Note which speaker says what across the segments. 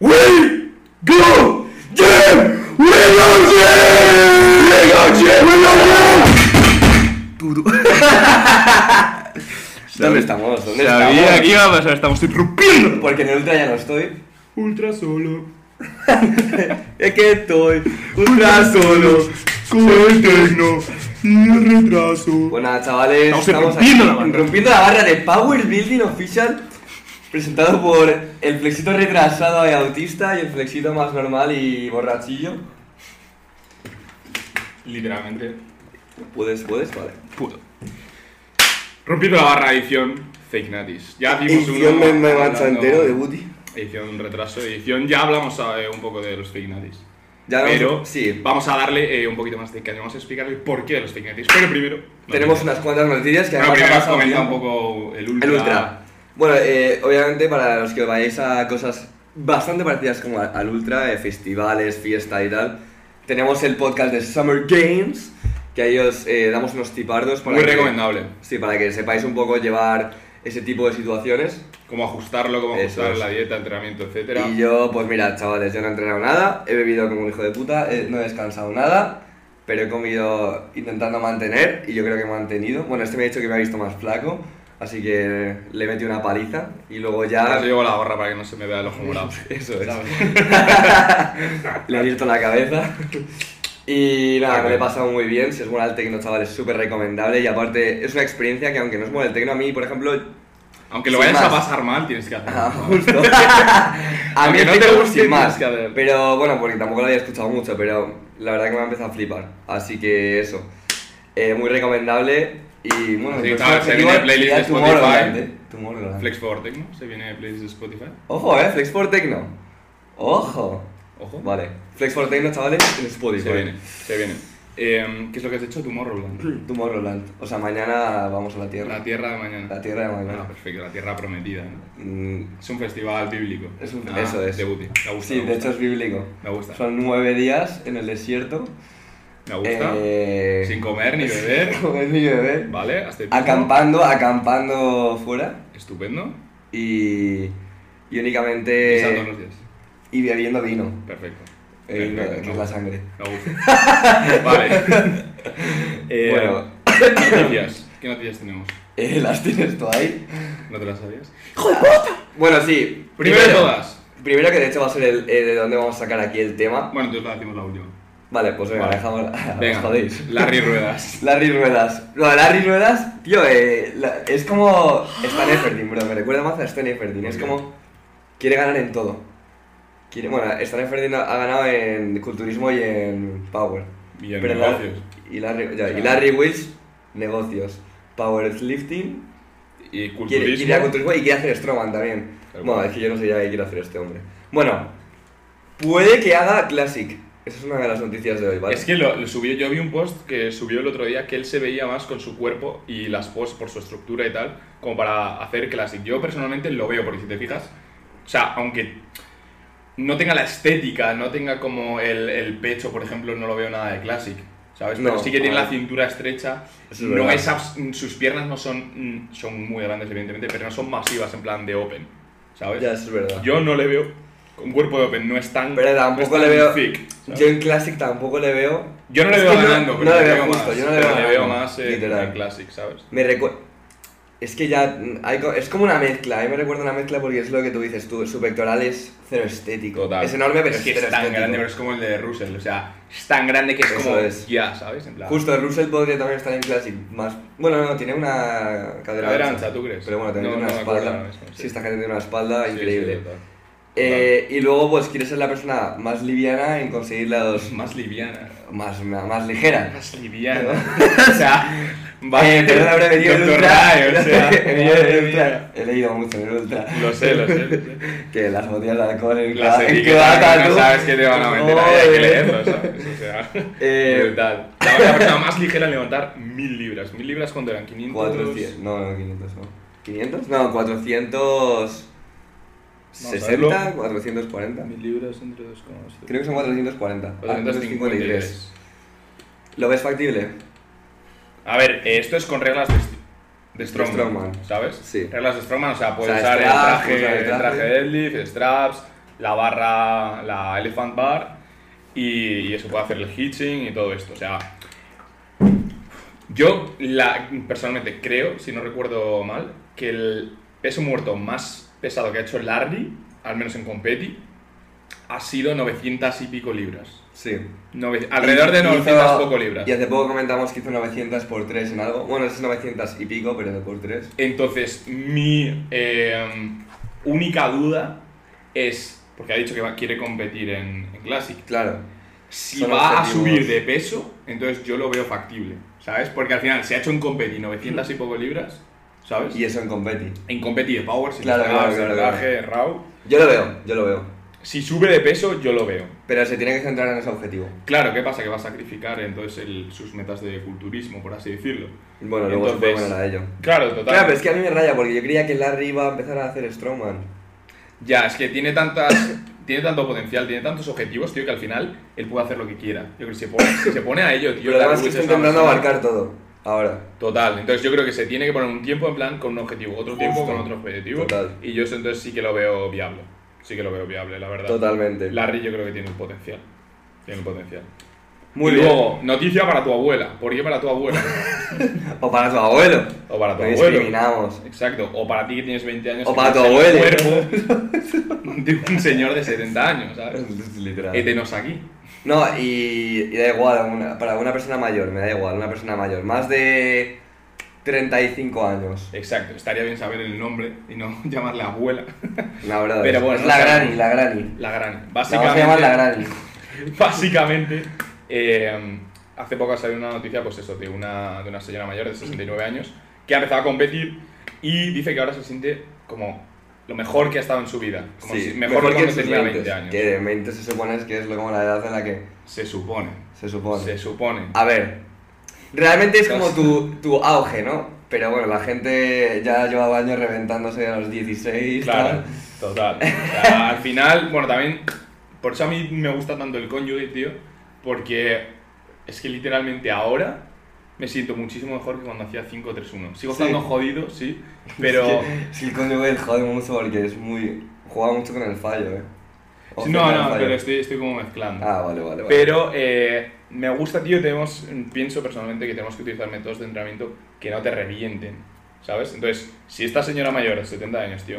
Speaker 1: We go Jim! We go Jim! We go Jim! We go Jim!
Speaker 2: Duro.
Speaker 3: ¿Dónde estamos? ¿Dónde
Speaker 2: Sabía
Speaker 3: estamos?
Speaker 2: que iba a pasar, estamos irrumpiendo.
Speaker 3: Porque en el ultra ya no estoy.
Speaker 2: Ultra solo,
Speaker 3: Es que estoy ultra solo.
Speaker 2: con el techno y el retraso.
Speaker 3: Pues nada, chavales,
Speaker 2: Estamos rompiendo la barra.
Speaker 3: rompiendo la barra de Power Building Official, presentado por el flexito retrasado y autista y el flexito más normal y borrachillo.
Speaker 2: Literalmente,
Speaker 3: ¿Puedes, puedes? Vale.
Speaker 2: puedo. Rompiendo la barra edición Fake Natis. Ya hicimos
Speaker 3: Edición
Speaker 2: uno.
Speaker 3: me, me mancha
Speaker 2: hablando-
Speaker 3: entero de Booty.
Speaker 2: Edición retraso, edición. Ya hablamos eh, un poco de los Fake Natis.
Speaker 3: Ya no-
Speaker 2: Pero
Speaker 3: sí,
Speaker 2: vamos a darle eh, un poquito más de caña. Vamos a explicar el porqué de los Fake Natis. Pero primero.
Speaker 3: tenemos unas cuantas noticias que además
Speaker 2: Bueno,
Speaker 3: ha
Speaker 2: primero has
Speaker 3: pasado
Speaker 2: comentado
Speaker 3: bien.
Speaker 2: un poco el ultra.
Speaker 3: El Ultra. Bueno, eh, obviamente para los que vayáis a cosas bastante parecidas como a- al Ultra, eh, festivales, fiesta y tal, tenemos el podcast de Summer Games, que ahí os eh, damos unos tipardos para
Speaker 2: Muy
Speaker 3: que-
Speaker 2: recomendable.
Speaker 3: Sí, para que sepáis un poco llevar ese tipo de situaciones.
Speaker 2: Cómo ajustarlo, cómo
Speaker 3: Eso
Speaker 2: ajustar
Speaker 3: es.
Speaker 2: la dieta, entrenamiento, etcétera.
Speaker 3: Y yo, pues mira, chavales, yo no he entrenado nada, he bebido como un hijo de puta, eh, no he descansado nada, pero he comido intentando mantener y yo creo que he mantenido. Bueno, este me ha dicho que me ha visto más flaco, así que le metí una paliza y luego ya
Speaker 2: Ahora llevo la gorra para que no se me vea el ojo morado. Eso es.
Speaker 3: le he abierto la cabeza. Y nada, me lo he
Speaker 2: Ok.
Speaker 3: pasado muy bien, si es bueno el tecno, chavales, súper recomendable y aparte es una experiencia que aunque no es bueno el tecno, a mí, por ejemplo,
Speaker 2: Aunque lo
Speaker 3: Sin
Speaker 2: vayas a
Speaker 3: más.
Speaker 2: pasar mal, tienes que hacer.
Speaker 3: Ah, justo. a mí
Speaker 2: Aunque
Speaker 3: el
Speaker 2: no
Speaker 3: Tecno
Speaker 2: te guste,
Speaker 3: sin más.
Speaker 2: tienes que hacer.
Speaker 3: Pero bueno, porque tampoco lo había escuchado mucho, pero la verdad que me ha empezado a flipar. Así que eso. Eh, muy recomendable. Y bueno,
Speaker 2: Sí,
Speaker 3: el próximo
Speaker 2: chavales, se
Speaker 3: objetivo
Speaker 2: viene playlist
Speaker 3: sería
Speaker 2: de Spotify.
Speaker 3: Tomorrowland, eh. Tomorrowland.
Speaker 2: Flex for Tecno, se viene playlist de Spotify.
Speaker 3: Ojo, eh, Flex for Tecno. Ojo.
Speaker 2: Ojo.
Speaker 3: Vale. Flex for Tecno, chavales, en Spotify.
Speaker 2: Oh. Se viene, se viene. Eh, ¿Qué es lo que has hecho? Tomorrowland.
Speaker 3: Tomorrowland. O sea, mañana vamos a la
Speaker 2: La
Speaker 3: Tierra.
Speaker 2: tierra de mañana.
Speaker 3: La Tierra de
Speaker 2: Ah,
Speaker 3: mañana.
Speaker 2: perfecto, la tierra prometida. ¿no?
Speaker 3: Mm,
Speaker 2: Es un festival bíblico.
Speaker 3: Es un-
Speaker 2: Ah,
Speaker 3: eso es.
Speaker 2: De Buti. Me gusta.
Speaker 3: Sí,
Speaker 2: me
Speaker 3: de
Speaker 2: gusta.
Speaker 3: hecho es bíblico.
Speaker 2: Me gusta.
Speaker 3: Son nueve días en el desierto.
Speaker 2: Me gusta.
Speaker 3: Eh,
Speaker 2: Sin comer ni beber.
Speaker 3: Comer ni beber.
Speaker 2: Vale, pues hasta el
Speaker 3: Acampando, acampando fuera
Speaker 2: Estupendo.
Speaker 3: y, y
Speaker 2: Pisando los
Speaker 3: únicamente
Speaker 2: días.
Speaker 3: y bebiendo vino,
Speaker 2: Eh, Perfecto.
Speaker 3: eh, vino,
Speaker 2: Perfecto,
Speaker 3: que
Speaker 2: me
Speaker 3: es la
Speaker 2: gusta.
Speaker 3: sangre.
Speaker 2: Me gusta. vale. Eh,
Speaker 3: Bueno,
Speaker 2: Noticias. ¿Qué noticias tenemos?
Speaker 3: eh, las tienes tú ahí.
Speaker 2: ¿No te las sabías?
Speaker 3: Bueno, sí.
Speaker 2: Primero de todas.
Speaker 3: Primero que de hecho va a ser el, eh, de dónde vamos a sacar aquí el tema.
Speaker 2: Bueno, entonces la decimos la última.
Speaker 3: Vale, pues venga,
Speaker 2: Vale.
Speaker 3: dejamos.
Speaker 2: Venga,
Speaker 3: os jodéis.
Speaker 2: Larry Ruedas.
Speaker 3: Larry Ruedas. No, Larry Ruedas, tío, eh, la- es como Stan Efferdin, bro. Me recuerda más a Stan Efferdin. Es como. Quiere ganar en todo. Quiere, bueno, Stan Efferdin ha ha ganado en culturismo y en Power.
Speaker 2: Y en
Speaker 3: Pero la-
Speaker 2: negocios.
Speaker 3: y, Larry, ya, y Larry Wills, negocios. Powerlifting.
Speaker 2: Y
Speaker 3: Quiere,
Speaker 2: culturismo.
Speaker 3: quiere ir a culturismo y quiere hacer Strongman también.
Speaker 2: Claro.
Speaker 3: Bueno, es que yo no sé ya qué quiere hacer este hombre. Bueno, puede que haga Classic. Esa es una de las noticias de hoy, ¿vale?
Speaker 2: Es que lo, lo subió, yo vi un post que subió el otro día que él se veía más con su cuerpo y las poses por su estructura y tal, como para hacer classic. Yo personalmente lo veo, porque si te fijas, o sea, aunque no tenga la estética, no tenga como el, el pecho, por ejemplo, no lo veo nada de classic, ¿sabes? Pero
Speaker 3: No,
Speaker 2: sí que tiene
Speaker 3: a
Speaker 2: la
Speaker 3: ver.
Speaker 2: cintura estrecha,
Speaker 3: Eso es
Speaker 2: no
Speaker 3: verdad.
Speaker 2: es abs- sus piernas no son, mm, son muy grandes, evidentemente, pero no son masivas en plan de open, ¿sabes?
Speaker 3: Ya, eso es verdad.
Speaker 2: Yo no le veo un cuerpo de open, no es tan.
Speaker 3: Pero
Speaker 2: no
Speaker 3: tampoco
Speaker 2: es tan
Speaker 3: le veo-
Speaker 2: thick, ¿sabes?
Speaker 3: Yo en Classic tampoco le veo.
Speaker 2: Yo no le
Speaker 3: Es
Speaker 2: veo
Speaker 3: que no-
Speaker 2: ganando,
Speaker 3: no
Speaker 2: pero
Speaker 3: le
Speaker 2: le
Speaker 3: veo
Speaker 2: veo
Speaker 3: justo,
Speaker 2: más.
Speaker 3: yo no le
Speaker 2: pero
Speaker 3: veo
Speaker 2: le veo
Speaker 3: ganando,
Speaker 2: más eh,
Speaker 3: literal.
Speaker 2: en Classic, ¿sabes?
Speaker 3: Me recuerda. Es que ya. mm, hay co- es como una mezcla. A mí me recuerda una mezcla porque es lo que tú dices tú. Su pectoral es cero estético.
Speaker 2: Total.
Speaker 3: Es enorme, pero
Speaker 2: es que
Speaker 3: cero
Speaker 2: es tan
Speaker 3: estético.
Speaker 2: grande, pero es como el de Russell, o sea, es tan grande que es
Speaker 3: Eso
Speaker 2: como
Speaker 3: es.
Speaker 2: ya, ¿sabes? En plan.
Speaker 3: Justo, Russell podría también estar en Classic. Más... Bueno, no, tiene una cadera
Speaker 2: Cadera ancha, ¿tú crees?
Speaker 3: Pero bueno, también
Speaker 2: No,
Speaker 3: tiene una
Speaker 2: no me acuerdo
Speaker 3: espalda.
Speaker 2: ahora mismo, sí.
Speaker 3: Sí, esta gente tiene una espalda
Speaker 2: Sí, sí,
Speaker 3: increíble.
Speaker 2: total.
Speaker 3: Eh, y luego, pues quiere ser la persona más liviana en conseguir la dos.
Speaker 2: Más liviana.
Speaker 3: Más, una- más ligera.
Speaker 2: Más liviana. o sea,
Speaker 3: Eh, perdón, habré venido el
Speaker 2: Doctor
Speaker 3: ultra.
Speaker 2: Ray, o sea,
Speaker 3: He venido en el
Speaker 2: madre
Speaker 3: ultra.
Speaker 2: mía.
Speaker 3: He leído mucho en el ultra.
Speaker 2: Lo sé, lo sé. lo sé.
Speaker 3: Que las botellas de alcohol en
Speaker 2: Las
Speaker 3: cada- en
Speaker 2: etiquetas
Speaker 3: cada
Speaker 2: que no
Speaker 3: tatu-
Speaker 2: sabes que te van a meter ahí, hay que
Speaker 3: Joder.
Speaker 2: leerlo, ¿sabes? O sea,
Speaker 3: Eh,
Speaker 2: brutal. La la persona más ligera en levantar mil libras. ¿Mil libras cuánto eran? 500.
Speaker 3: 400. No, no, 500 no. ¿500? No, 460,
Speaker 2: Vamos a
Speaker 3: 440.
Speaker 2: Mil libras entre 2,7.
Speaker 3: Creo que son 440. Ah,
Speaker 2: 453.
Speaker 3: 453. ¿Lo ves factible?
Speaker 2: A ver, eh, esto es con reglas de, esti- de Strongman,
Speaker 3: Strongman.
Speaker 2: ¿sabes?
Speaker 3: Sí.
Speaker 2: Reglas de Strongman, o sea, puedes
Speaker 3: sea,
Speaker 2: usar
Speaker 3: straps,
Speaker 2: el,
Speaker 3: usar el
Speaker 2: traje, el
Speaker 3: traje.
Speaker 2: traje deadlift, straps, la barra, la elephant bar y, y eso puede hacer el hitching y todo esto. O sea, yo la, personalmente creo, si no recuerdo mal, que el peso muerto más pesado que ha hecho Larry, al menos en competi, ha sido 900 y pico libras.
Speaker 3: Sí.
Speaker 2: Nove- alrededor de
Speaker 3: Hizo-
Speaker 2: 900 poco libras.
Speaker 3: Y hace poco comentamos que hizo 900 por 3 en algo. Bueno, es 900 y pico, pero por 3.
Speaker 2: Entonces, mi eh, única duda es, porque ha dicho que va- quiere competir en, en Classic,
Speaker 3: Claro.
Speaker 2: si
Speaker 3: Son
Speaker 2: va a
Speaker 3: objetivos.
Speaker 2: subir de peso, entonces yo lo veo factible, ¿sabes? Porque al final se ha hecho en competir 900 y poco libras, ¿sabes?
Speaker 3: Y eso en competi.
Speaker 2: En competir de power, sin
Speaker 3: Claro,
Speaker 2: pegar,
Speaker 3: claro,
Speaker 2: sin
Speaker 3: claro,
Speaker 2: rodaje, raw.
Speaker 3: Yo lo veo, yo lo veo.
Speaker 2: Si sube de peso, yo lo veo.
Speaker 3: Pero se tiene que centrar en ese objetivo.
Speaker 2: Claro, ¿qué pasa? Que va a sacrificar entonces el- sus metas de culturismo, por así decirlo.
Speaker 3: Bueno, luego se puede
Speaker 2: Entonces,
Speaker 3: poner a ello.
Speaker 2: Claro, total.
Speaker 3: Claro, pero es que a mí me raya porque yo creía que Larry iba a empezar a hacer Strongman.
Speaker 2: Ya, es que tiene tantas. tiene tanto potencial, tiene tantos objetivos, tío, que al final él puede hacer lo que quiera. Yo creo que si se pone, si se pone a ello, tío.
Speaker 3: Yo lo
Speaker 2: Larry
Speaker 3: demás es que
Speaker 2: Woods
Speaker 3: estoy
Speaker 2: es una
Speaker 3: intentando
Speaker 2: persona-
Speaker 3: abarcar todo. Ahora.
Speaker 2: Total, entonces yo creo que se tiene que poner un tiempo en plan con un objetivo, otro tiempo
Speaker 3: Justo.
Speaker 2: con otro objetivo.
Speaker 3: Total.
Speaker 2: Y yo eso entonces sí que lo veo viable. Sí que lo veo viable, la verdad.
Speaker 3: Totalmente.
Speaker 2: Larry yo creo que tiene un potencial. Tiene un potencial.
Speaker 3: Muy
Speaker 2: y
Speaker 3: bien.
Speaker 2: luego, noticia para tu abuela. ¿Por qué para tu abuela?
Speaker 3: O para tu abuelo.
Speaker 2: O para tu
Speaker 3: No
Speaker 2: abuelo.
Speaker 3: discriminamos.
Speaker 2: Exacto, o para ti que tienes 20 años.
Speaker 3: O
Speaker 2: que
Speaker 3: para tu
Speaker 2: tienes el
Speaker 3: abuelo.
Speaker 2: cuerpo de un señor de 70 años, ¿sabes?
Speaker 3: Literal.
Speaker 2: Étenos aquí.
Speaker 3: No, y, y da igual, una- para una persona mayor, me da igual, una persona mayor, más de 35 años.
Speaker 2: Exacto, estaría bien saber el nombre y no llamarla abuela.
Speaker 3: La verdad.
Speaker 2: Pero
Speaker 3: es,
Speaker 2: bueno,
Speaker 3: es
Speaker 2: no
Speaker 3: la
Speaker 2: sabemos.
Speaker 3: granny, la granny.
Speaker 2: La gran.
Speaker 3: La vamos a llamar la
Speaker 2: Básicamente,
Speaker 3: granny.
Speaker 2: básicamente eh, hace poco ha salido una noticia, pues eso, de una, de una señora mayor de 69 años que ha empezado a competir y dice que ahora se siente como lo mejor que ha estado en su vida. Como
Speaker 3: Sí,
Speaker 2: si- mejor, que cuando
Speaker 3: sus
Speaker 2: tenía
Speaker 3: 20s,
Speaker 2: 20 años.
Speaker 3: Que de 20 se supone es que es lo- como la edad en la que
Speaker 2: Se supone.
Speaker 3: se supone.
Speaker 2: Se supone.
Speaker 3: A ver, realmente es como
Speaker 2: Casi.
Speaker 3: tu, tu auge, ¿no? Pero bueno, la gente ya llevaba años reventándose a los 16.
Speaker 2: Claro,
Speaker 3: tal.
Speaker 2: total. O sea, al final, bueno, también, por eso a mí me gusta tanto el cónyuge, tío, porque es que literalmente ahora me siento muchísimo mejor que cuando hacía 5-3-1. Sigo
Speaker 3: Sí.
Speaker 2: estando jodido, sí, pero...
Speaker 3: Es que el cónyuge jode mucho porque es muy. juega mucho con el fallo, ¿eh? O
Speaker 2: Sí, no,
Speaker 3: juega al
Speaker 2: no,
Speaker 3: fallo.
Speaker 2: pero estoy, estoy como mezclando.
Speaker 3: Ah, vale, vale. vale.
Speaker 2: Pero eh, me gusta, tío, tenemos, pienso personalmente que tenemos que utilizar métodos de entrenamiento que no te revienten, ¿sabes? Entonces, si esta señora mayor, 70 años, tío,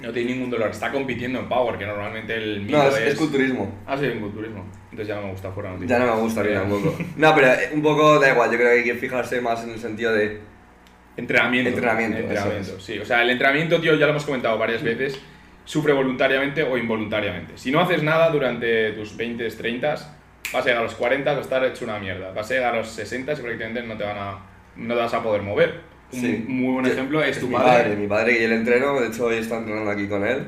Speaker 2: no tiene ningún dolor, está compitiendo en Power, que normalmente el mito
Speaker 3: No, es, es culturismo.
Speaker 2: Ah, sí, en culturismo. Entonces ya no me gusta fuera la noticia.
Speaker 3: Ya no me gusta a mí
Speaker 2: Eh,
Speaker 3: tampoco. No, pero eh, un poco da igual. Yo creo que hay que fijarse más en el sentido de.
Speaker 2: Entrenamiento.
Speaker 3: Entrenamiento, eso Mm.
Speaker 2: Entrenamiento, sí. O sea, el entrenamiento, tío, ya lo hemos comentado varias veces, sufre voluntariamente o involuntariamente. Si no haces nada durante tus 20, 30, vas a llegar a los 40, vas a estar hecho una mierda. Vas a llegar a los 60 y prácticamente no te, van a, no te vas a poder mover. Un
Speaker 3: Sí.
Speaker 2: muy buen
Speaker 3: Yo-
Speaker 2: ejemplo es tu
Speaker 3: mi
Speaker 2: padre.
Speaker 3: Mi padre que yo le entreno, de hecho hoy está entrenando aquí con él.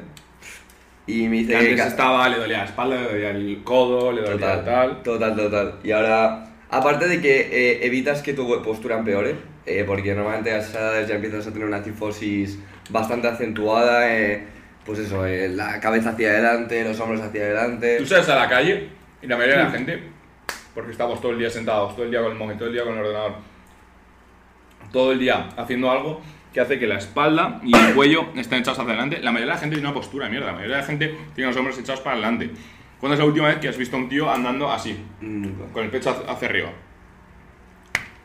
Speaker 3: Y me dice
Speaker 2: que antes
Speaker 3: ca-
Speaker 2: estaba, le dolía la espalda, le dolía el codo, le dolía
Speaker 3: Total,
Speaker 2: tal.
Speaker 3: total, total. Y ahora, aparte de que eh, evitas que tu postura empeore, eh, porque normalmente a esas edades ya empiezas a tener una cifosis bastante acentuada, eh, pues eso, eh, la cabeza hacia adelante, los hombros hacia adelante.
Speaker 2: Tú sales a la calle y la mayoría de la gente, porque estamos todo el día sentados, todo el día con el móvil, todo el día con el ordenador, todo el día haciendo algo que hace que la espalda y el cuello estén echados hacia adelante. La mayoría de la gente tiene una postura de mierda, la mayoría de la gente tiene los hombros echados para adelante. ¿Cuándo es la última vez que has visto a un tío andando así,
Speaker 3: Nunca.
Speaker 2: con el pecho hacia- hacia arriba?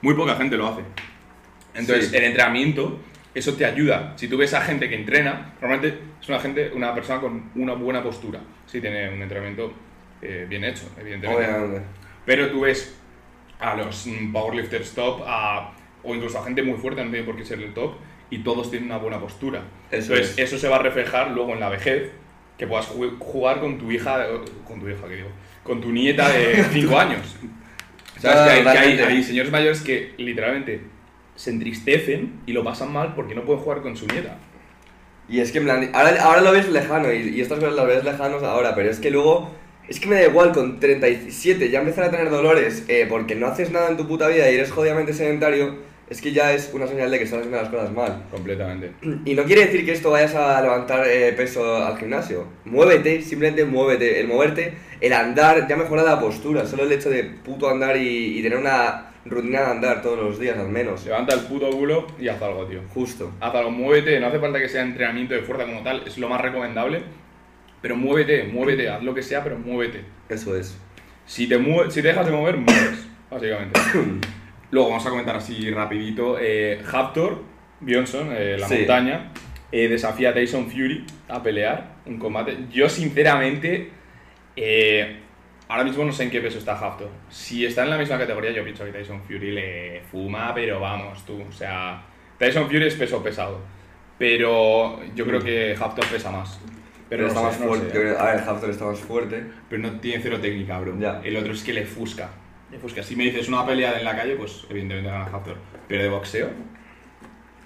Speaker 2: Muy poca gente lo hace. Entonces,
Speaker 3: Sí.
Speaker 2: el entrenamiento, eso te ayuda. Si tú ves a gente que entrena, normalmente es una gente, una persona con una buena postura. Si tiene un entrenamiento eh, bien hecho, evidentemente.
Speaker 3: Obviamente.
Speaker 2: Pero tú ves a los mm, powerlifters top, a- o incluso a gente muy fuerte, no tiene por qué ser el top, y todos tienen una buena postura.
Speaker 3: Eso
Speaker 2: Entonces,
Speaker 3: es.
Speaker 2: eso se va a reflejar luego en la vejez, que puedas ju- jugar con tu hija, con tu hija, que digo, con tu nieta de 5 años. ¿Sabes?
Speaker 3: No,
Speaker 2: que hay, que hay-
Speaker 3: totalmente.
Speaker 2: hay señores mayores que literalmente se entristecen y lo pasan mal porque no pueden jugar con su nieta.
Speaker 3: Y es que en plan, ahora, ahora lo ves lejano y, y estas cosas las ves lejanos ahora, pero es que luego, es que me da igual, con 37 ya empezar a tener dolores eh, porque no haces nada en tu puta vida y eres jodidamente sedentario, es que ya es una señal de que estás haciendo las cosas mal.
Speaker 2: Completamente.
Speaker 3: Y no quiere decir que esto vayas a levantar eh, peso al gimnasio. Muévete, simplemente muévete. El moverte, el andar, ya mejora la postura. Solo el hecho de puto andar y, y tener una rutina de andar todos los días al menos.
Speaker 2: Levanta el puto culo y haz algo, tío.
Speaker 3: Justo.
Speaker 2: Haz algo, muévete, no hace falta que sea entrenamiento de fuerza como tal, es lo más recomendable. Pero muévete, muévete, haz lo que sea, pero muévete.
Speaker 3: Eso es.
Speaker 2: Si te, mue- si te dejas de mover, mueres, básicamente. Luego vamos a comentar así rapidito. eh, Haptor, Bjornsson, eh, la
Speaker 3: Sí.
Speaker 2: montaña, eh, desafía a Tyson Fury a pelear un combate. Yo sinceramente, eh, ahora mismo no sé en qué peso está Haptor. Si está en la misma categoría, yo pienso que Tyson Fury le fuma, pero vamos tú. O sea, Tyson Fury es peso pesado. Pero yo creo que Haptor pesa más. Pero,
Speaker 3: Mm. Pero
Speaker 2: no
Speaker 3: está
Speaker 2: sé,
Speaker 3: más
Speaker 2: no
Speaker 3: fuerte.
Speaker 2: sé.
Speaker 3: yo creo- a ver, Haftor está más fuerte.
Speaker 2: Pero no tiene cero técnica, bro.
Speaker 3: Ya.
Speaker 2: El otro es que le fusca. Le fusca. Si me dices una pelea en la calle, pues evidentemente gana Haftor. Pero de boxeo.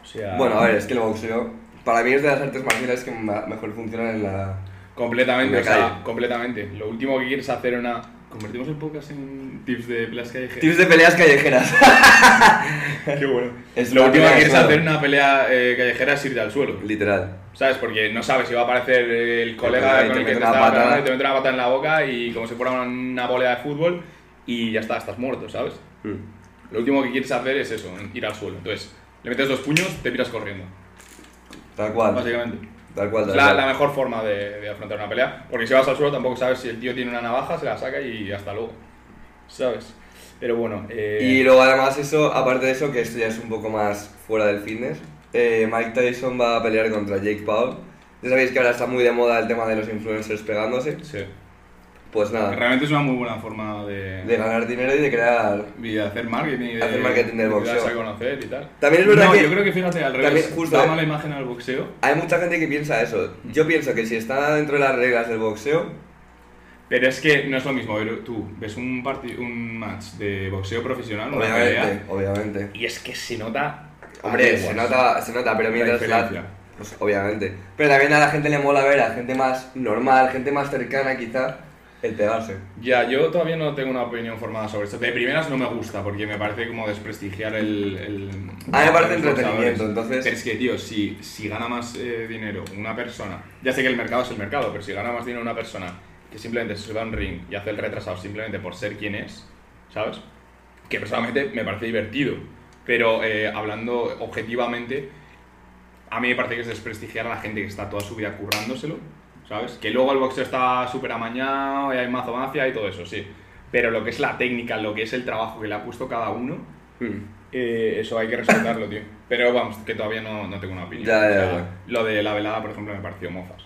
Speaker 2: O sea.
Speaker 3: Bueno, a ver, es que el boxeo para mí es de las artes marciales que ma- mejor funcionan en la...
Speaker 2: Completamente,
Speaker 3: me
Speaker 2: o sea,
Speaker 3: callo.
Speaker 2: completamente. Lo último que quieres hacer es una. Convertimos el podcast en tips de peleas callejeras.
Speaker 3: Tips de peleas callejeras.
Speaker 2: Qué bueno.
Speaker 3: Es
Speaker 2: Lo
Speaker 3: una
Speaker 2: último
Speaker 3: pelea,
Speaker 2: que quieres
Speaker 3: claro.
Speaker 2: hacer en una pelea eh, callejera es irte al suelo.
Speaker 3: Literal.
Speaker 2: ¿Sabes? Porque no sabes si va a aparecer el
Speaker 3: pega y
Speaker 2: colega con
Speaker 3: te
Speaker 2: el que te
Speaker 3: mete una
Speaker 2: estaba
Speaker 3: patada.
Speaker 2: pegando y te mete una pata en la boca y como si fuera una bola de fútbol y ya está, estás muerto, ¿sabes?
Speaker 3: Mm.
Speaker 2: Lo último que quieres hacer es eso, ir al suelo. Entonces, le metes dos puños, te piras corriendo,
Speaker 3: Tal cual.
Speaker 2: básicamente.
Speaker 3: Tal cual,
Speaker 2: Es
Speaker 3: tal
Speaker 2: la,
Speaker 3: cual.
Speaker 2: la mejor forma de, de afrontar una pelea. Porque si vas al suelo tampoco sabes si el tío tiene una navaja, se la saca y hasta luego. ¿Sabes? Pero bueno, eh,
Speaker 3: Y luego además eso, aparte de eso, que esto ya es un poco más fuera del fitness, eh, Mike Tyson va a pelear contra Jake Paul. Ya sabéis que ahora está muy de moda el tema de los influencers pegándose.
Speaker 2: sí.
Speaker 3: Pues nada,
Speaker 2: Realmente es una muy buena forma de,
Speaker 3: de ganar dinero y de crear...
Speaker 2: y de hacer marketing y de
Speaker 3: Hacer marketing del
Speaker 2: de darse
Speaker 3: boxeo.
Speaker 2: a conocer y tal.
Speaker 3: También es verdad
Speaker 2: no,
Speaker 3: que-
Speaker 2: yo creo que fíjate al
Speaker 3: también
Speaker 2: revés,
Speaker 3: justo,
Speaker 2: da
Speaker 3: eh.
Speaker 2: mala imagen al boxeo,
Speaker 3: Hay mucha gente que piensa eso. Yo pienso que si está dentro de las reglas del boxeo,
Speaker 2: pero es que no es lo mismo. pero Tú ves un parti- un match de boxeo profesional, una pelea,
Speaker 3: obviamente, obviamente.
Speaker 2: y es que se nota.
Speaker 3: Hombre,
Speaker 2: a
Speaker 3: se
Speaker 2: leguas.
Speaker 3: nota, se nota, pero mientras
Speaker 2: Ah, diferencia.
Speaker 3: la... Pues obviamente. Pero también a la gente le mola ver a gente más normal, gente más cercana quizá, el pegarse.
Speaker 2: Ya, yo todavía no tengo una opinión formada sobre esto. De primeras no me gusta porque me parece como desprestigiar el. el
Speaker 3: A mí me parece
Speaker 2: los
Speaker 3: entretenimiento,
Speaker 2: boxeadores.
Speaker 3: entonces-
Speaker 2: Pero es que, tío, si, si gana más eh, dinero una persona. Ya sé que el mercado es el mercado, pero si gana más dinero una persona que simplemente se sube a un ring y hace el retrasado simplemente por ser quien es, ¿sabes? Que personalmente me parece divertido. Pero eh, hablando objetivamente, a mí me parece que es desprestigiar a la gente que está toda su vida currándoselo, ¿sabes? Que luego el boxeo está súper amañado y hay mazo mafia y todo eso, sí. Pero lo que es la técnica, lo que es el trabajo que le ha puesto cada uno,
Speaker 3: Hmm.
Speaker 2: eh, eso hay que respetarlo, tío. Pero vamos, que todavía no, no tengo una opinión.
Speaker 3: Ya, ya,
Speaker 2: O sea,
Speaker 3: ya.
Speaker 2: Lo de la velada, por ejemplo, me pareció mofas.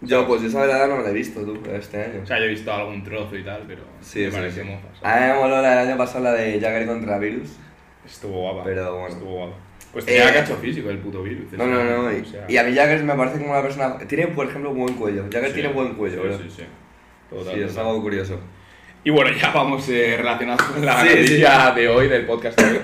Speaker 3: Yo, pues yo esa velada no la he visto tú, este año.
Speaker 2: O sea, yo he visto algún trozo y tal, pero
Speaker 3: Sí,
Speaker 2: me
Speaker 3: sí,
Speaker 2: pareció
Speaker 3: sí. Ah,
Speaker 2: mofas.
Speaker 3: A mí me moló la del año pasado la de Jagger contra Virus.
Speaker 2: Estuvo guapa.
Speaker 3: Pero bueno.
Speaker 2: Estuvo guapa. Pues tenía
Speaker 3: Eh,
Speaker 2: cacho físico el puto virus.
Speaker 3: No, no, no.
Speaker 2: O
Speaker 3: Y,
Speaker 2: sea,
Speaker 3: y a mí Jagger me parece como una persona... Tiene, por ejemplo, buen cuello. Jagger
Speaker 2: sí,
Speaker 3: tiene buen cuello,
Speaker 2: sí,
Speaker 3: bro.
Speaker 2: Sí, sí. Total,
Speaker 3: Sí, es
Speaker 2: total.
Speaker 3: algo curioso.
Speaker 2: Y bueno, ya vamos eh, relacionados con la
Speaker 3: Sí,
Speaker 2: noticia de hoy, del podcast de hoy.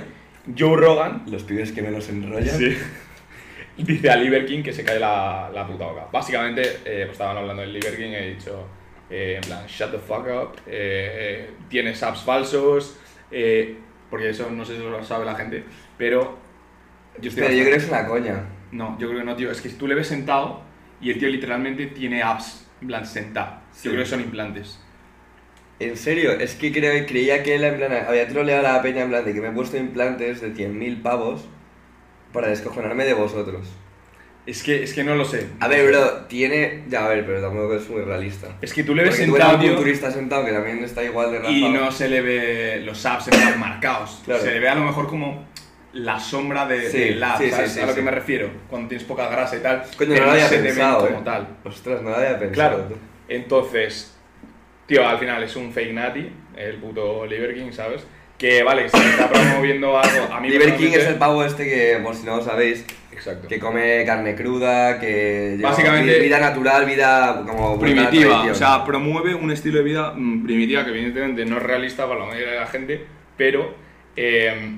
Speaker 2: Joe Rogan
Speaker 3: Los pibes que menos enrollan.
Speaker 2: sí, dice a Liver King que se cae la, la puta boca. Básicamente, eh, pues estaban hablando del Liver King y he dicho, eh, en plan, shut the fuck up, eh, eh, tienes apps falsos, eh, porque eso no sé si lo sabe la gente, pero yo estoy
Speaker 3: Pero yo
Speaker 2: bastante-
Speaker 3: creo que es una coña.
Speaker 2: no, yo creo que no, tío. Es que tú le ves sentado y el tío literalmente tiene apps, en plan, sentado.
Speaker 3: Sí.
Speaker 2: Yo creo que son implantes.
Speaker 3: En serio, es que creo, creía que él en plan, había troleado a la peña en plan de que me he puesto implantes de 100.000 pavos para descojonarme de vosotros.
Speaker 2: Es que, es que no lo sé.
Speaker 3: A ver, bro, tiene... Ya, a ver, pero tampoco es muy realista.
Speaker 2: Es que tú le ves
Speaker 3: Porque tú eres
Speaker 2: sentado,
Speaker 3: un
Speaker 2: tío,
Speaker 3: culturista sentado que también está igual de
Speaker 2: y
Speaker 3: rapado.
Speaker 2: no se le ve los apps están marcados.
Speaker 3: Claro.
Speaker 2: Se le ve a lo mejor como la sombra de,
Speaker 3: Sí,
Speaker 2: del app,
Speaker 3: sí, sí,
Speaker 2: ¿sabes?
Speaker 3: sí,
Speaker 2: a lo
Speaker 3: sí.
Speaker 2: que me refiero. Cuando tienes poca grasa y tal,
Speaker 3: Coño,
Speaker 2: pero
Speaker 3: no lo había
Speaker 2: se te ve
Speaker 3: pensado,
Speaker 2: como
Speaker 3: eh.
Speaker 2: tal.
Speaker 3: Ostras, no lo había pensado.
Speaker 2: Claro.
Speaker 3: tú.
Speaker 2: Entonces, tío, al final es un fake nati, el puto Liver King, ¿sabes? Que vale, que se está promoviendo algo. A mí
Speaker 3: Liver King es
Speaker 2: personalmente-
Speaker 3: el pavo este que, por si no lo sabéis,
Speaker 2: Exacto.
Speaker 3: que come carne cruda, que lleva
Speaker 2: Básicamente-
Speaker 3: vi- vida natural, vida como buena
Speaker 2: primitiva,
Speaker 3: tradición.
Speaker 2: o sea, promueve un estilo de vida mm, primitiva que evidentemente no es realista para la mayoría de la gente, pero eh,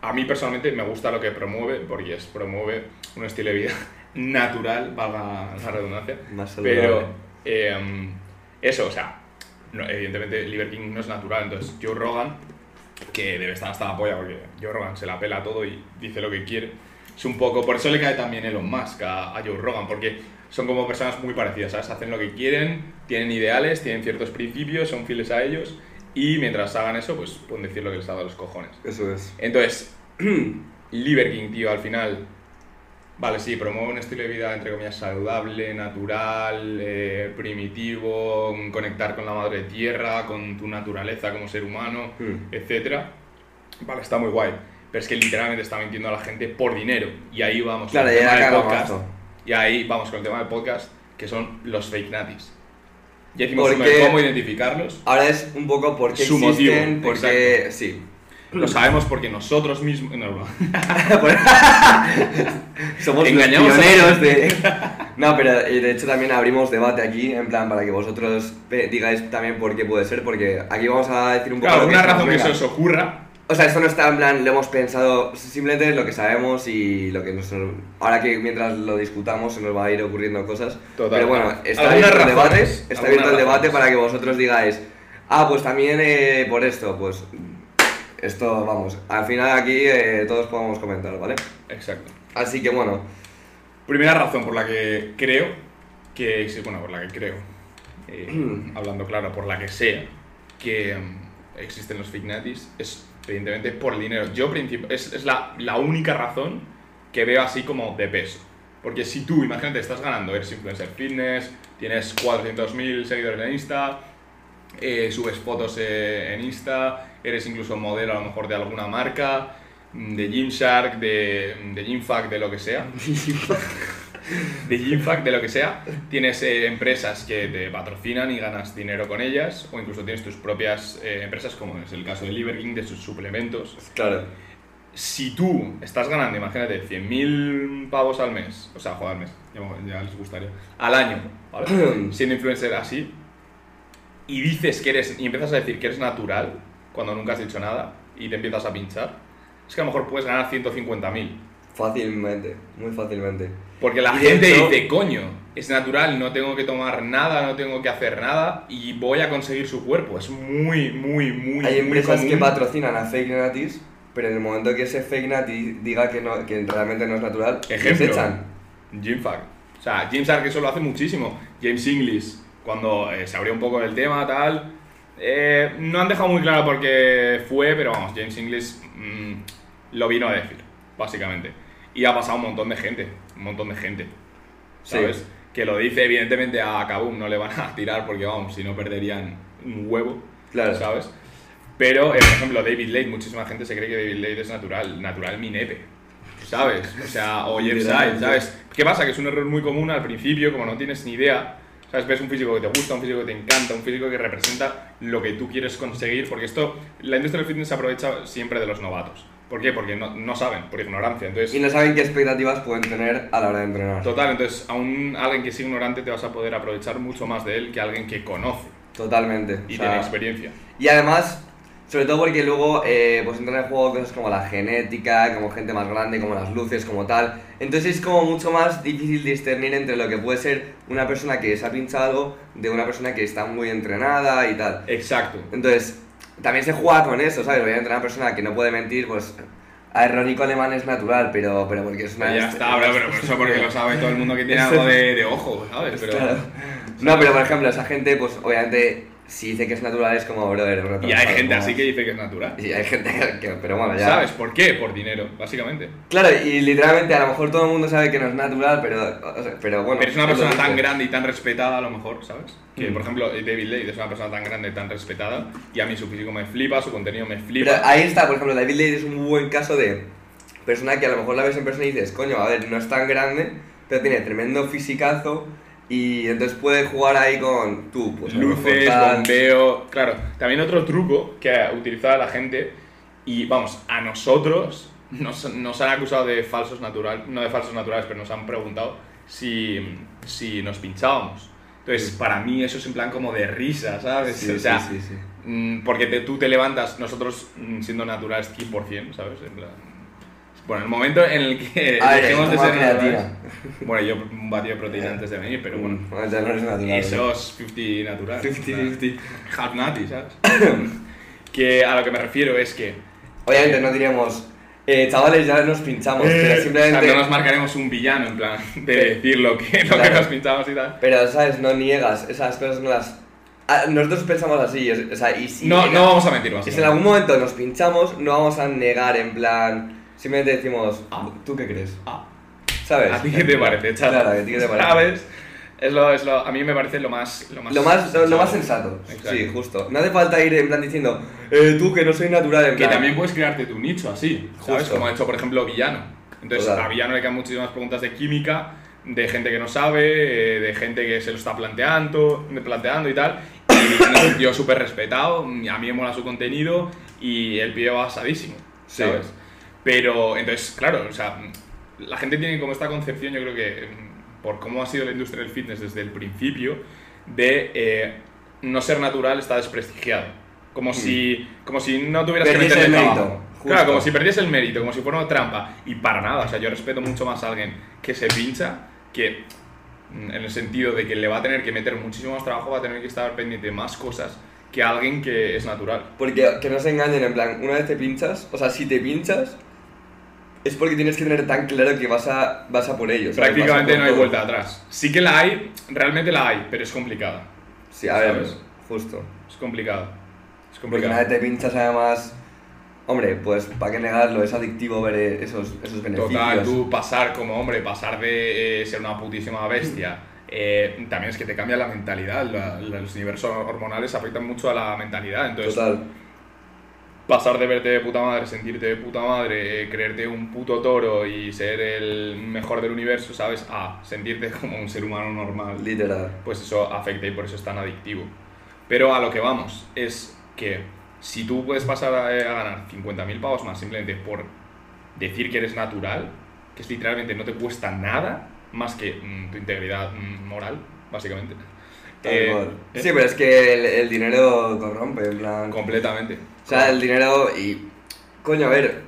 Speaker 2: a mí personalmente me gusta lo que promueve, porque es promueve un estilo de vida natural, valga la redundancia,
Speaker 3: Más saludable.
Speaker 2: pero eh, eso, o sea, no- evidentemente Liver King no es natural, entonces Joe Rogan, que debe estar hasta la polla, porque Joe Rogan se la pela todo y dice lo que quiere. Es un poco, por eso le cae también Elon Musk a, a Joe Rogan, porque son como personas muy parecidas, ¿sabes? Hacen lo que quieren, tienen ideales, tienen ciertos principios, son fieles a ellos Y mientras hagan eso, pues pueden decir lo que les ha dado los cojones.
Speaker 3: Eso es.
Speaker 2: Entonces, Liver King, tío, al final. Vale, sí, promueve un estilo de vida, entre comillas, saludable, natural, eh, primitivo, un conectar con la madre tierra, con tu naturaleza como ser humano,
Speaker 3: Hmm.
Speaker 2: etcétera. Vale, está muy guay. Pero es que literalmente está mintiendo a la gente por dinero. Y ahí vamos
Speaker 3: Claro,
Speaker 2: con
Speaker 3: ya
Speaker 2: el tema
Speaker 3: la
Speaker 2: del
Speaker 3: cago
Speaker 2: podcast.
Speaker 3: mazo.
Speaker 2: Y ahí vamos con el tema del podcast, que son los fake natis. Ya decimos
Speaker 3: Porque-
Speaker 2: súper cómo identificarlos.
Speaker 3: Ahora es un poco por qué
Speaker 2: Su
Speaker 3: existen,
Speaker 2: motivo,
Speaker 3: por qué... Sí.
Speaker 2: Lo sabemos porque nosotros mismos. no, no.
Speaker 3: Somos los
Speaker 2: Engañamos a la
Speaker 3: pioneros de... No, pero eh, de hecho también abrimos debate aquí, en plan, para que vosotros pe- digáis también por qué puede ser, porque aquí vamos a decir un poco...
Speaker 2: Claro,
Speaker 3: lo que
Speaker 2: una
Speaker 3: es la
Speaker 2: razón que
Speaker 3: hormona.
Speaker 2: se os ocurra.
Speaker 3: O sea, esto no está en plan, lo hemos pensado, simplemente es lo que sabemos y lo que nos... Ahora que mientras lo discutamos se nos va a ir ocurriendo cosas.
Speaker 2: Total.
Speaker 3: Pero bueno, está
Speaker 2: Algunas
Speaker 3: abierto el debate,
Speaker 2: razones,
Speaker 3: está
Speaker 2: algunas
Speaker 3: abierto el debate
Speaker 2: razones.
Speaker 3: para que vosotros digáis, ah, pues también eh, por esto, pues esto, vamos, al final aquí eh, todos podemos comentar, ¿vale?
Speaker 2: Exacto.
Speaker 3: Así que bueno,
Speaker 2: Primera razón por la que creo que. sí, Bueno, por la que creo. eh, hablando claro, por la que sea que mm, existen los fake natis es evidentemente por el dinero. Yo, princip- es, es la, la única razón que veo así como de peso. Porque si tú, imagínate, estás ganando, eres influencer fitness, tienes 400.000 seguidores en Insta, eh, subes fotos eh, en Insta, eres incluso modelo a lo mejor de alguna marca, mm, de Gymshark, de, de Gymfact, de lo que sea. de Gymfact, de lo que sea. Tienes eh, empresas que te patrocinan y ganas dinero con ellas, o incluso tienes tus propias eh, empresas, como es el caso de Liver King, de sus suplementos
Speaker 3: claro,
Speaker 2: si tú estás ganando, imagínate, 100.000 pavos al mes, o sea, joder, al mes, ya, me- ya les gustaría, al año, ¿vale? Siendo influencer así, y dices que eres, y empiezas a decir que eres natural, cuando nunca has dicho nada, y te empiezas a pinchar, es que a lo mejor puedes ganar 150.000.
Speaker 3: fácilmente, muy fácilmente.
Speaker 2: Porque la
Speaker 3: Y de
Speaker 2: gente
Speaker 3: hecho-
Speaker 2: dice, coño, es natural, no tengo que tomar nada, no tengo que hacer nada, y voy a conseguir su cuerpo. Es muy, muy, muy,
Speaker 3: Hay
Speaker 2: muy
Speaker 3: empresas que
Speaker 2: común.
Speaker 3: patrocinan a fake natis, pero en el momento que ese fake nati diga que, no, que realmente no es natural, les
Speaker 2: Ejemplo.
Speaker 3: echan.
Speaker 2: Jim Farr. O sea, James Farr que eso lo hace muchísimo. James Inglis, cuando eh, se abrió un poco el tema, tal. eh, no han dejado muy claro por qué fue, pero vamos, James Inglis mm, lo vino a decir, básicamente. Y ha pasado un montón de gente, un montón de gente.
Speaker 3: Sí.
Speaker 2: ¿Sabes? Que lo dice, evidentemente, a Kabum no le van a tirar porque, vamos, si no perderían un huevo.
Speaker 3: Claro.
Speaker 2: ¿Sabes? Pero, eh, por ejemplo, David Lade, muchísima gente se cree que David Lade es natural, natural mi nepe, ¿sabes? O sea, o Jeff Side, ¿sabes? ¿Qué pasa? Que es un error muy común al principio, como no tienes ni idea, ¿sabes? Ves un físico que te gusta, un físico que te encanta, un físico que representa lo que tú quieres conseguir, porque esto, la industria del fitness se aprovecha siempre de los novatos. ¿Por qué? Porque no, no saben, por
Speaker 3: Y
Speaker 2: ignorancia. Entonces,
Speaker 3: no saben qué expectativas pueden tener a la hora de entrenar.
Speaker 2: total, entonces a un, alguien que es ignorante te vas a poder aprovechar mucho más de él que alguien que conoce
Speaker 3: Totalmente.
Speaker 2: y
Speaker 3: o
Speaker 2: tiene
Speaker 3: sea,
Speaker 2: experiencia.
Speaker 3: Y además, sobre todo porque luego eh, pues entran en juego cosas como la genética, como gente más grande, como las luces, como tal. Entonces es como mucho más difícil discernir entre lo que puede ser una persona que se ha pinchado algo de una persona que está muy entrenada y tal.
Speaker 2: Exacto.
Speaker 3: Entonces, también se juega con eso, ¿sabes? Voy a entrar a una persona que no puede mentir, pues a errónico alemán es natural, pero, pero porque es este una...
Speaker 2: Ya está, pero, pero por eso porque lo sabe todo el mundo que tiene
Speaker 3: Eso-
Speaker 2: algo de, de ojo, ¿sabes? Pero,
Speaker 3: Claro. No, pero por ejemplo, esa gente, pues obviamente, si dice que es natural es como, brother, brother,
Speaker 2: Y hay
Speaker 3: ¿sabes?
Speaker 2: gente
Speaker 3: Como-
Speaker 2: así que dice que es natural.
Speaker 3: Y hay gente que... Pero bueno, ya...
Speaker 2: ¿Sabes por qué? Por dinero, básicamente.
Speaker 3: Claro, y literalmente a lo mejor todo el mundo sabe que no es natural, pero, o sea, pero bueno... pues,
Speaker 2: Pero es una
Speaker 3: él lo Mm.
Speaker 2: persona tan
Speaker 3: dice.
Speaker 2: grande y tan respetada, a lo mejor, ¿sabes? Que, por ejemplo, eh, David Lade es una persona tan grande y tan respetada. Y a mí su físico me flipa, su contenido me
Speaker 3: Pero ah,
Speaker 2: flipa.
Speaker 3: ahí está, por ejemplo, David Lade es un buen caso de persona que a lo mejor la ves en persona y dices, coño, a ver, no es tan grande, pero tiene tremendo fisicazo y entonces puede jugar ahí con tú, pues a lo mejor
Speaker 2: Luces,
Speaker 3: tal.
Speaker 2: bombeo. Claro, también otro truco que utilizaba la gente. Y vamos, a nosotros nos, nos han acusado de falsos naturales, no de falsos naturales, pero nos han preguntado si, si nos pinchábamos. Entonces, para mí eso es en plan como de risa, ¿sabes?
Speaker 3: Sí,
Speaker 2: o sea,
Speaker 3: sí, sí, sí.
Speaker 2: Mm, Porque te- tú te levantas, nosotros mm, siendo naturales 100%, ¿sabes? En plan... Bueno, el momento en el que
Speaker 3: A ver,
Speaker 2: eh, dejemos de
Speaker 3: toma
Speaker 2: ser naturales-
Speaker 3: creatina.
Speaker 2: Bueno, yo un batido de proteína
Speaker 3: Eh,
Speaker 2: antes de venir, pero bueno.
Speaker 3: Bueno, ya no eres natural.
Speaker 2: Eso es 50 natural.
Speaker 3: 50-50.
Speaker 2: Half natty, ¿sabes? que a lo que me refiero es que...
Speaker 3: Obviamente no diríamos, eh, chavales, ya nos pinchamos, pero
Speaker 2: eh, o
Speaker 3: simplemente...
Speaker 2: sea, no nos marcaremos un villano, en plan, de decir lo que, lo que
Speaker 3: Claro.
Speaker 2: nos pintamos y tal.
Speaker 3: Pero, ¿sabes? No niegas, esas cosas no las ah, nosotros pensamos así, es- o sea, y si
Speaker 2: no,
Speaker 3: llega-
Speaker 2: no vamos a mentir más.
Speaker 3: y si en algún momento nos pinchamos, no vamos a negar en plan, simplemente decimos,
Speaker 2: Ah.
Speaker 3: ¿tú qué crees?
Speaker 2: Ah.
Speaker 3: ¿Sabes?
Speaker 2: ¿A ti qué te parece, chaval?
Speaker 3: Claro, ¿a ti qué te parece?
Speaker 2: ¿Sabes? Es lo, es lo, a mí me parece lo más... Lo más,
Speaker 3: Lo más, lo, lo más
Speaker 2: sensato.
Speaker 3: sensato.
Speaker 2: Exacto.
Speaker 3: Sí, justo. No hace falta ir en plan diciendo, eh, tú que no soy natural, en
Speaker 2: Que
Speaker 3: plan.
Speaker 2: también puedes crearte tu nicho así, ¿sabes?
Speaker 3: Justo.
Speaker 2: Como ha hecho, por ejemplo, Villano. Entonces,
Speaker 3: Total.
Speaker 2: a Villano le quedan muchísimas preguntas de química, de gente que no sabe, eh, de gente que se lo está planteando, planteando y tal. Y Villano es un tío súper respetado, a mí me mola su contenido y el pibe va asadísimo,
Speaker 3: Sí.
Speaker 2: ¿sabes? Pero, entonces, claro, o sea, la gente tiene como esta concepción, yo creo que mm, por cómo ha sido la industria del fitness desde el principio, de eh, no ser natural está desprestigiado. Como,
Speaker 3: Mm.
Speaker 2: si, como si no tuvieras que
Speaker 3: Perdiese
Speaker 2: meterle
Speaker 3: el
Speaker 2: trabajo.
Speaker 3: mérito, justo.
Speaker 2: Claro, como si perdiese el mérito, como si fuera una trampa. Y para nada, o sea, yo respeto mucho más a alguien que se pincha que mm, en el sentido de que le va a tener que meter muchísimo más trabajo, va a tener que estar pendiente de más cosas que alguien que es natural.
Speaker 3: Porque que no se engañen, en plan, una vez te pinchas, o sea, si te pinchas, es porque tienes que tener tan claro que vas a, vas a por ellos.
Speaker 2: Prácticamente no hay vuelta atrás. Sí que la hay, realmente la hay, pero es complicada.
Speaker 3: Sí, a ver,
Speaker 2: ¿Sabes?
Speaker 3: justo.
Speaker 2: Es complicado. Es
Speaker 3: Porque una vez
Speaker 2: complicado.
Speaker 3: te pinchas, además. Hombre, pues, ¿para qué negarlo? Es adictivo ver eh, esos, esos beneficios.
Speaker 2: Total, tú pasar como hombre, pasar de eh, ser una putísima bestia, eh, también es que te cambia la mentalidad. la- la- los universos hormonales afectan mucho a la mentalidad. Entonces,
Speaker 3: Total.
Speaker 2: pasar de verte de puta madre, sentirte de puta madre, eh, creerte un puto toro y ser el mejor del universo, ¿sabes? A sentirte como un ser humano normal
Speaker 3: Literal.
Speaker 2: pues eso afecta y por eso es tan adictivo. Pero a lo que vamos es que si tú puedes pasar a, eh, a ganar 50.000 pavos más simplemente por decir que eres natural, que es literalmente no te cuesta nada más que mm, tu integridad mm, moral, básicamente.
Speaker 3: tal
Speaker 2: Eh,
Speaker 3: cual.
Speaker 2: eh,
Speaker 3: Sí, pero es que el, el dinero corrompe, en plan.
Speaker 2: Completamente.
Speaker 3: O sea, el dinero y... Coño, a ver,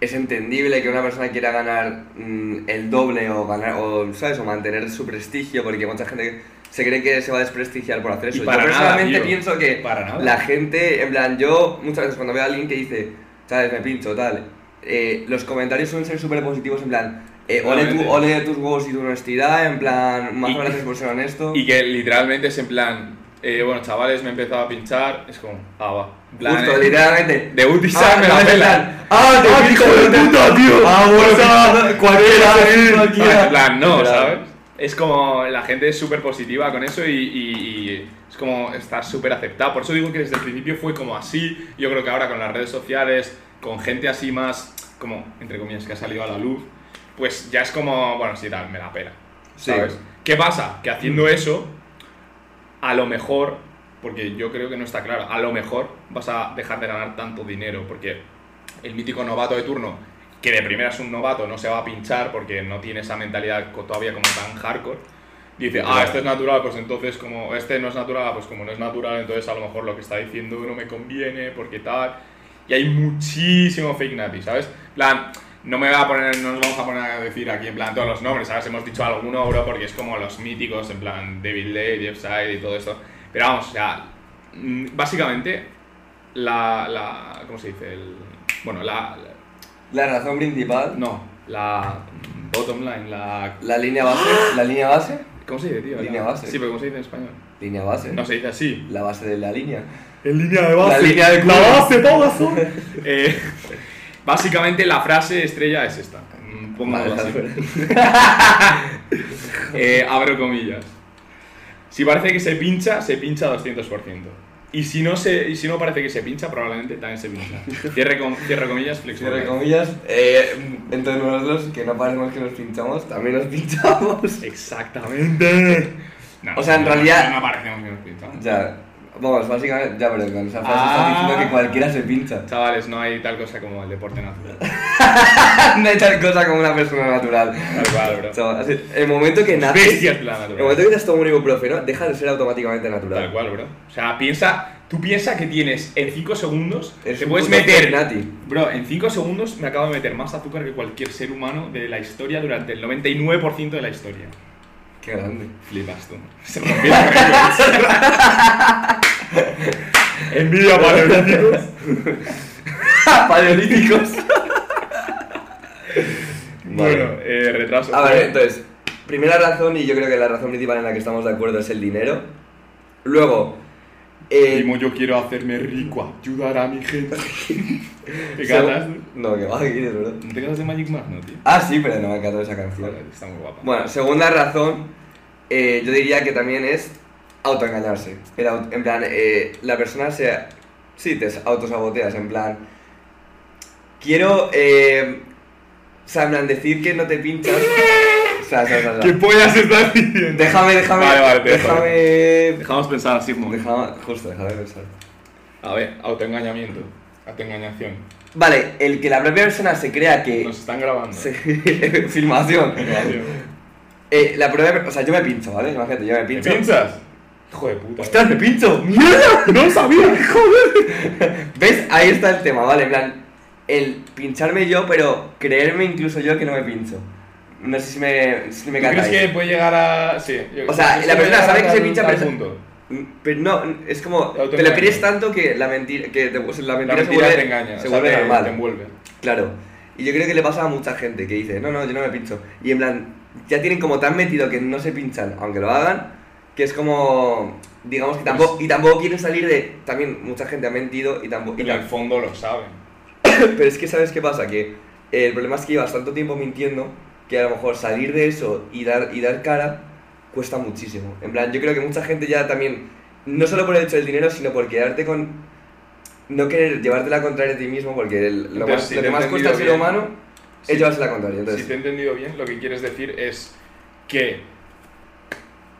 Speaker 3: es entendible que una persona quiera ganar mm, el doble o ganar, o, ¿sabes? O mantener su prestigio, porque mucha gente se cree que se va a desprestigiar por hacer
Speaker 2: Y
Speaker 3: eso.
Speaker 2: para
Speaker 3: yo
Speaker 2: nada,
Speaker 3: personalmente
Speaker 2: tío.
Speaker 3: pienso que
Speaker 2: Para nada.
Speaker 3: la gente, en plan, yo muchas veces cuando veo a alguien que dice, ¿sabes? Me pincho, tal, eh, los comentarios suelen ser súper positivos, en plan, eh, ole, tu-
Speaker 2: Totalmente.
Speaker 3: ole tus huevos y tu honestidad, en plan, más
Speaker 2: Y-
Speaker 3: gracias por ser honesto.
Speaker 2: Y que literalmente es en plan, eh, bueno, chavales, me he empezado a pinchar, es como, ah, va. En plan,
Speaker 3: Justo,
Speaker 2: eh,
Speaker 3: literalmente.
Speaker 2: de Utisar
Speaker 3: Ah,
Speaker 2: me
Speaker 3: no,
Speaker 2: la
Speaker 3: en
Speaker 2: pelan.
Speaker 3: plan, ¡Ah, te
Speaker 1: ¡Ah, hijo de puta, tío!
Speaker 3: Ah, bueno,
Speaker 1: O sea,
Speaker 3: sí, cualquiera,
Speaker 1: sí,
Speaker 3: sí,
Speaker 2: Ah,
Speaker 3: cualquiera.
Speaker 2: en plan, no,
Speaker 3: Claro.
Speaker 2: ¿sabes? Es como, la gente es súper positiva con eso y, y- y es como estar súper aceptado. Por eso digo que desde el principio fue como así. Yo creo que ahora con las redes sociales, con gente así más, como, entre comillas, que ha salido a la luz, pues ya es como, bueno, sí, tal, me la pela.
Speaker 3: Sí.
Speaker 2: ¿Sabes? ¿Qué pasa? Que haciendo eso, a lo mejor, porque yo creo que no está claro, a lo mejor vas a dejar de ganar tanto dinero, porque el mítico novato de turno, que de primera es un novato, no se va a pinchar porque no tiene esa mentalidad co- todavía como tan hardcore, dice, ah, este es natural, pues entonces como este no es natural, ah, pues como no es natural, entonces a lo mejor lo que está diciendo no me conviene, porque tal. Y hay muchísimo fake nati, ¿sabes? En plan, no me va a poner, no nos vamos a poner a decir aquí en plan todos los nombres, ¿sabes? Hemos dicho alguno, bro, porque es como los míticos, en plan David Lay, Jeff Side y todo esto. Pero vamos, o sea, mm, básicamente la, la ¿cómo se dice? El, bueno, la, la-
Speaker 3: La razón principal,
Speaker 2: no, la mm, bottom line, la
Speaker 3: la línea base, la línea base,
Speaker 2: ¿cómo se dice, tío? La-
Speaker 3: Línea base.
Speaker 2: Sí, pero ¿cómo se dice en español?
Speaker 3: línea base,
Speaker 2: No se dice así.
Speaker 3: la base de la línea.
Speaker 2: En línea de
Speaker 3: La línea de culo.
Speaker 2: Eh, básicamente la frase estrella es esta. Mm, Póngalo
Speaker 3: Vale,
Speaker 2: así.
Speaker 3: vale.
Speaker 2: Eh, abro comillas. Si parece que se pincha, se pincha 200%. Y si no, se, y si no parece que se pincha, probablemente también se pincha. Cierre, com- cierre comillas, flexión.
Speaker 3: Entre comillas, eh, entonces nosotros, que no parecemos que nos pinchamos, también nos pinchamos.
Speaker 2: Exactamente.
Speaker 3: O sea, en realidad-
Speaker 2: No, no parecemos que nos pinchamos.
Speaker 3: Ya, vamos, básicamente, ya, pero con esa frase
Speaker 2: Ah.
Speaker 3: estás diciendo que cualquiera se pincha.
Speaker 2: Chavales, no hay tal cosa como el deporte natural.
Speaker 3: No hay tal cosa como una persona natural.
Speaker 2: Tal cual, bro.
Speaker 3: Chaval, así, el momento que naces,
Speaker 2: Bestia es plan
Speaker 3: el momento
Speaker 2: natural.
Speaker 3: que te has tomado un ibuprofeno, deja de ser automáticamente natural.
Speaker 2: Tal cual, bro. O sea, piensa. Tú piensa que tienes en 5 segundos.
Speaker 3: Es
Speaker 2: te
Speaker 3: un
Speaker 2: puedes
Speaker 3: puto
Speaker 2: meter.
Speaker 3: Illuminati.
Speaker 2: Bro, en 5 segundos me acabo de meter más azúcar que cualquier ser humano de la historia durante el 99% de la historia.
Speaker 3: Qué grande.
Speaker 2: Flipas tú. Se rompió el récord. Envidia paleolíticos.
Speaker 3: Paleolíticos.
Speaker 2: Bueno, eh, retraso.
Speaker 3: A ver, entonces, primera razón, y yo creo que la razón principal en la que estamos de acuerdo es el dinero. Luego, eh,
Speaker 2: Primo, yo quiero hacerme rico, ayudar a mi gente. ¿Te
Speaker 3: seg-
Speaker 2: cantas?
Speaker 3: No, que va, que es verdad.
Speaker 2: ¿No te cantas de Magic Mac, no, tío?
Speaker 3: Ah, sí, pero no me ha encantado esa canción.
Speaker 2: Joder, Está muy guapa.
Speaker 3: Bueno, segunda razón, eh, yo diría que también es autoengañarse. El au- en plan, eh, la persona se... Sí, te autosaboteas, en plan... Quiero... Eh, o sea, en plan, decir que no te pinchas... O sea, o sea, o sea, o sea.
Speaker 2: ¿Qué pollas estás diciendo?
Speaker 3: Déjame, déjame...
Speaker 2: Vale, vale, te dejo.
Speaker 3: déjame...
Speaker 2: Dejamos pensar así, como.
Speaker 3: Déjame... Justo, déjame pensar.
Speaker 2: A ver, autoengañamiento. Autoengañación.
Speaker 3: Vale, el que la propia persona se crea que...
Speaker 2: Nos están grabando.
Speaker 3: se- filmación. Eh, la propia... per- O sea, yo me pincho, ¿vale? Imagínate, yo me
Speaker 2: ¿Me
Speaker 3: pincho.
Speaker 2: pinchas? Hijo de puta.
Speaker 3: ¡Ostras, me pincho! ¡Mierda!
Speaker 2: ¡No sabía!
Speaker 3: ¿Ves? Ahí está el tema, ¿vale? En plan, el pincharme yo, pero creerme incluso yo que no me pincho. No sé si me, si me
Speaker 2: ¿Tú crees
Speaker 3: captáis.
Speaker 2: que puede llegar a.? Sí. yo-
Speaker 3: O sea,
Speaker 2: yo
Speaker 3: la
Speaker 2: creo que
Speaker 3: persona sabe que se
Speaker 2: al-
Speaker 3: pincha,
Speaker 2: al
Speaker 3: pero se-
Speaker 2: punto.
Speaker 3: Mm, Pero no, es como,
Speaker 2: Te
Speaker 3: te lo crees
Speaker 2: autoengañas.
Speaker 3: tanto que la mentira, que te- pues, la
Speaker 2: La
Speaker 3: mentira,
Speaker 2: mentira
Speaker 3: se
Speaker 2: te
Speaker 3: vuelve,
Speaker 2: engaña.
Speaker 3: se
Speaker 2: o sea,
Speaker 3: vuelve
Speaker 2: te-
Speaker 3: normal.
Speaker 2: Te envuelve.
Speaker 3: Claro. Y yo creo que le pasa a mucha gente que dice, no, no, yo no me pincho. Y en plan, ya tienen como tan metido que no se pinchan, aunque lo hagan, que es como, digamos que tampoco, y tampoco quieren salir de, también mucha gente ha mentido y tampoco, y
Speaker 2: Y al
Speaker 3: tam-
Speaker 2: fondo lo saben.
Speaker 3: Pero es que sabes qué pasa, que el problema es que llevas tanto tiempo mintiendo que a lo mejor salir de eso y dar, y dar cara cuesta muchísimo. En plan, yo creo que mucha gente ya también, no solo por el hecho del dinero, sino por quedarte con... No querer llevarte la contraria a ti mismo, porque el- lo,
Speaker 2: Entonces,
Speaker 3: más,
Speaker 2: si
Speaker 3: lo
Speaker 2: te
Speaker 3: que
Speaker 2: he
Speaker 3: más cuesta al ser
Speaker 2: entendido bien,
Speaker 3: humano es
Speaker 2: Sí.
Speaker 3: llevarse la contraria. Entonces,
Speaker 2: Si te he entendido bien, lo que quieres decir es que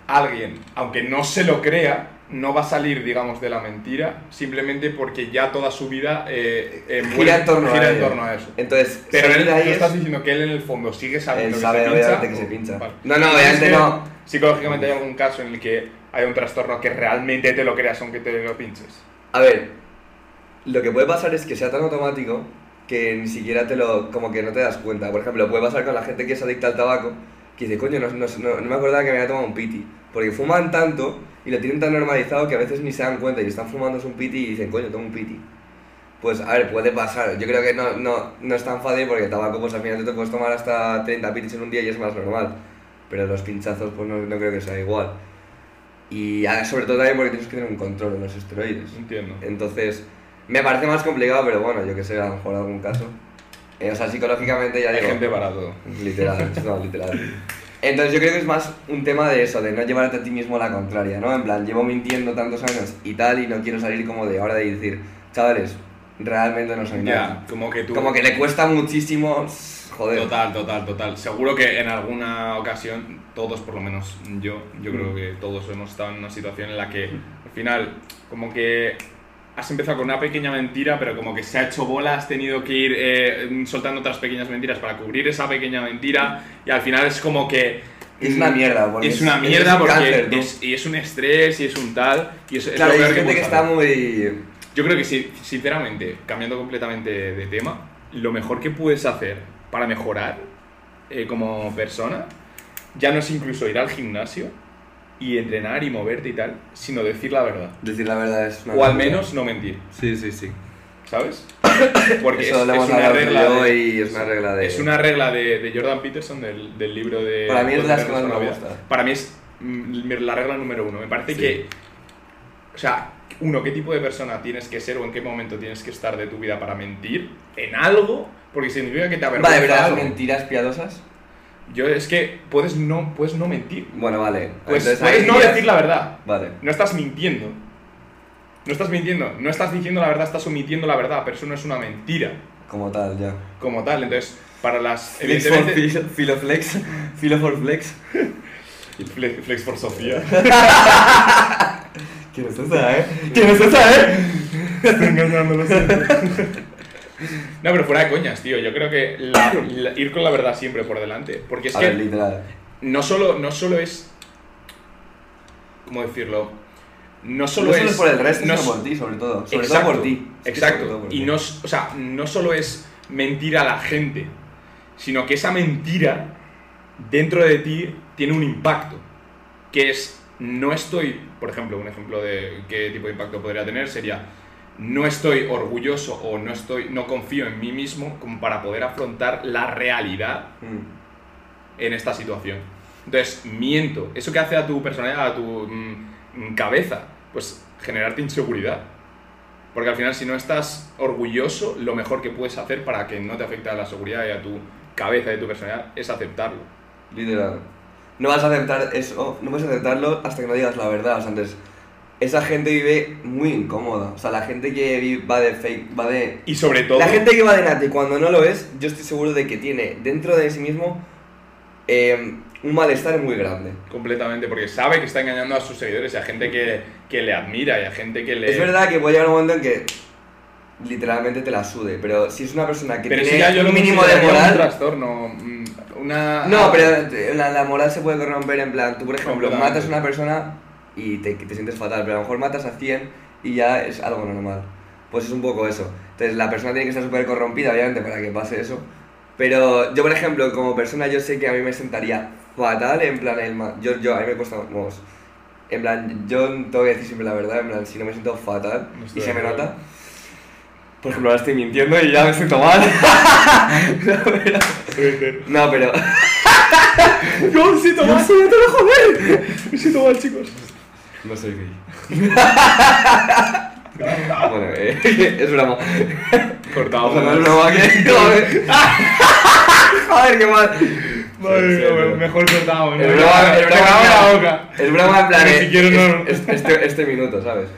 Speaker 2: alguien, aunque no se lo crea, no va a salir, digamos, de la mentira simplemente porque ya toda su vida eh, envuelve-
Speaker 3: gira en torno,
Speaker 2: gira
Speaker 3: a,
Speaker 2: en
Speaker 3: ello.
Speaker 2: torno a eso.
Speaker 3: Entonces,
Speaker 2: Pero
Speaker 3: salir
Speaker 2: él,
Speaker 3: de ahí
Speaker 2: tú
Speaker 3: es-
Speaker 2: estás diciendo que él en el fondo sigue sabiendo
Speaker 3: él
Speaker 2: que
Speaker 3: sabe
Speaker 2: se pincha.
Speaker 3: obviamente que se
Speaker 2: o-
Speaker 3: pincha.
Speaker 2: Vale.
Speaker 3: No, no,
Speaker 2: Es
Speaker 3: obviamente
Speaker 2: que
Speaker 3: no.
Speaker 2: Psicológicamente hay algún caso en el que hay un trastorno que realmente te lo creas aunque te lo pinches.
Speaker 3: A ver, lo que puede pasar es que sea tan automático que ni siquiera te lo, como que no te das cuenta. Por ejemplo, puede pasar con la gente que es adicta al tabaco, que dice, coño, no, no- no- no me acordaba que me había tomado un piti. Porque fuman tanto y lo tienen tan normalizado que a veces ni se dan cuenta y están fumándose un piti y dicen, coño, tomo un piti. Pues a ver, puede pasar. Yo creo que no, no, no es tan fácil porque el tabaco, pues al final te puedes tomar hasta 30 pitis en un día y es más normal. Pero los pinchazos, pues no, no creo que sea igual. Y ah, sobre todo también porque tienes que tener un control en los esteroides.
Speaker 2: Entiendo.
Speaker 3: Entonces, me parece más complicado, pero bueno, yo que sé, a lo mejor algún caso. Eh, o sea, psicológicamente ya
Speaker 2: Hay
Speaker 3: digo,
Speaker 2: gente para todo.
Speaker 3: Literal, no, literal. Entonces yo creo que es más un tema de eso, de no llevarte a ti mismo la contraria, ¿no? En plan, llevo mintiendo tantos años y tal y no quiero salir como de ahora y decir, chavales, realmente no soy
Speaker 2: Ya,
Speaker 3: nada.
Speaker 2: como que tú...
Speaker 3: Como que le cuesta muchísimo, joder.
Speaker 2: Total, total, total. Seguro que en alguna ocasión, todos, por lo menos yo, yo creo que todos hemos estado en una situación en la que al final, como que has empezado con una pequeña mentira, pero como que se ha hecho bola, has tenido que ir eh, soltando otras pequeñas mentiras para cubrir esa pequeña mentira, y al final es como que.
Speaker 3: Es una
Speaker 2: mm,
Speaker 3: mierda, porque
Speaker 2: es una
Speaker 3: es- es
Speaker 2: mierda
Speaker 3: un
Speaker 2: porque
Speaker 3: cáncer, ¿no?
Speaker 2: es, y es un estrés y es un tal. Y es, es
Speaker 3: Claro,
Speaker 2: lo
Speaker 3: hay
Speaker 2: peor
Speaker 3: gente que
Speaker 2: puede
Speaker 3: está
Speaker 2: pasar.
Speaker 3: muy...
Speaker 2: Yo creo que sí, sinceramente, cambiando completamente de tema, lo mejor que puedes hacer para mejorar eh, como persona ya no es incluso ir al gimnasio y entrenar y moverte y tal, sino decir la verdad.
Speaker 3: Decir la verdad es una
Speaker 2: O al
Speaker 3: locura.
Speaker 2: menos no mentir,
Speaker 3: Sí, sí, sí.
Speaker 2: ¿sabes? Porque
Speaker 3: Eso
Speaker 2: es,
Speaker 3: lo
Speaker 2: es
Speaker 3: hemos
Speaker 2: una
Speaker 3: hablado tú y
Speaker 2: regla
Speaker 3: yo
Speaker 2: de,
Speaker 3: y es una regla de...
Speaker 2: es una regla de, de Jordan Peterson del, del libro de...
Speaker 3: Para mí es de las
Speaker 2: Cuatro
Speaker 3: que más me
Speaker 2: reglas para la vida.
Speaker 3: gusta.
Speaker 2: Para mí es mm, la regla número uno. Me parece
Speaker 3: Sí.
Speaker 2: que... O sea, uno, qué tipo de persona tienes que ser o en qué momento tienes que estar de tu vida para mentir en algo, porque significa que te avergüenza
Speaker 3: Vale, pero las
Speaker 2: algo.
Speaker 3: mentiras piadosas...
Speaker 2: Yo es que puedes no, puedes no mentir.
Speaker 3: Bueno, vale.
Speaker 2: Pues,
Speaker 3: Ah, Entonces,
Speaker 2: puedes
Speaker 3: ahí
Speaker 2: no
Speaker 3: dirías-
Speaker 2: decir la verdad.
Speaker 3: Vale.
Speaker 2: No estás mintiendo. No estás mintiendo. No estás diciendo la verdad, estás omitiendo la verdad, pero eso no es una mentira
Speaker 3: Como tal, ya.
Speaker 2: como tal. Entonces, para las...
Speaker 3: Flex for fil- Filoflex. Filo for flex.
Speaker 2: Fle- Flex for Sofía.
Speaker 3: ¿Quién es esa, eh? ¿Quién es esa, eh?
Speaker 2: Estoy engañando, lo siento. No, pero fuera de coñas, tío. Yo creo que la- la- ir con la verdad siempre por delante. Porque es
Speaker 3: A
Speaker 2: que
Speaker 3: ver, literal.
Speaker 2: no, solo, no solo es. ¿Cómo decirlo? No solo
Speaker 3: no
Speaker 2: es.
Speaker 3: solo Pues por el resto,
Speaker 2: no
Speaker 3: sino
Speaker 2: es-
Speaker 3: por ti, sobre todo. Sobre
Speaker 2: exacto,
Speaker 3: todo por ti. Es que sobre todo
Speaker 2: Exacto.
Speaker 3: por
Speaker 2: Y
Speaker 3: ti.
Speaker 2: no, es- o sea, no solo es mentir a la gente, sino que esa mentira dentro de ti tiene un impacto. Que es, no estoy, por ejemplo, un ejemplo de qué tipo de impacto podría tener sería, no estoy orgulloso o no, estoy, no confío en mí mismo como para poder afrontar la realidad
Speaker 3: Mm,
Speaker 2: en esta situación. Entonces, miento. Eso que hace a tu personalidad, a tu mm, mm, cabeza? Pues generarte inseguridad. Porque al final, si no estás orgulloso, lo mejor que puedes hacer para que no te afecte a la seguridad y a tu cabeza y a tu personalidad es aceptarlo.
Speaker 3: Literal. No vas a aceptar eso, no vas a aceptarlo hasta que no digas la verdad. O sea, antes, esa gente vive muy incómoda. O sea, la gente que vi- va de fake, va de.
Speaker 2: Y sobre todo,
Speaker 3: La gente que va de Nati cuando no lo es, yo estoy seguro de que tiene dentro de sí mismo eh, un malestar muy grande.
Speaker 2: completamente, porque sabe que está engañando a sus seguidores y a gente que, que le admira y a gente que le.
Speaker 3: Es verdad que puede llegar un momento en que literalmente te la sude, pero si es una persona que
Speaker 2: Pero eso ya
Speaker 3: tiene
Speaker 2: yo lo
Speaker 3: un mínimo de
Speaker 2: consideraría Un
Speaker 3: moral.
Speaker 2: trastorno. mm, Una.
Speaker 3: No, pero te- la, la moral se puede corromper en plan, tú por ejemplo
Speaker 2: Completamente.
Speaker 3: matas a una persona y te, te sientes fatal, pero a lo mejor matas a 100 y ya es algo normal. Pues es un poco eso. Entonces la persona tiene que estar súper corrompida, obviamente, para que pase eso. Pero yo, por ejemplo, como persona, yo sé que a mí me sentaría fatal, en plan, el ma- yo, yo, a mí me cuesta, vamos, en plan, yo tengo que decir siempre la verdad, en plan, si no me siento fatal
Speaker 2: No estoy
Speaker 3: y
Speaker 2: de
Speaker 3: se me
Speaker 2: acuerdo.
Speaker 3: nota, por ejemplo, ahora estoy mintiendo y ya me siento mal. no, pero... No, pero...
Speaker 2: Yo me siento mal.
Speaker 3: no te lo joder!
Speaker 2: Me siento mal, chicos.
Speaker 3: No soy gay. bueno, eh, es broma.
Speaker 2: Cortado.
Speaker 3: O sea, no es broma que... Joder, Joder, qué mal.
Speaker 2: Madre
Speaker 3: Sí,
Speaker 2: mía,
Speaker 3: sí,
Speaker 2: me-
Speaker 3: no.
Speaker 2: mejor cortado.
Speaker 3: Es
Speaker 2: ¿no?
Speaker 3: broma, es
Speaker 2: Me
Speaker 3: broma.
Speaker 2: cago en
Speaker 3: en
Speaker 2: la
Speaker 3: plan-
Speaker 2: boca.
Speaker 3: Es broma en plan...
Speaker 2: Ni
Speaker 3: eh,
Speaker 2: siquiera no-
Speaker 3: es- es- este, este minuto, ¿sabes?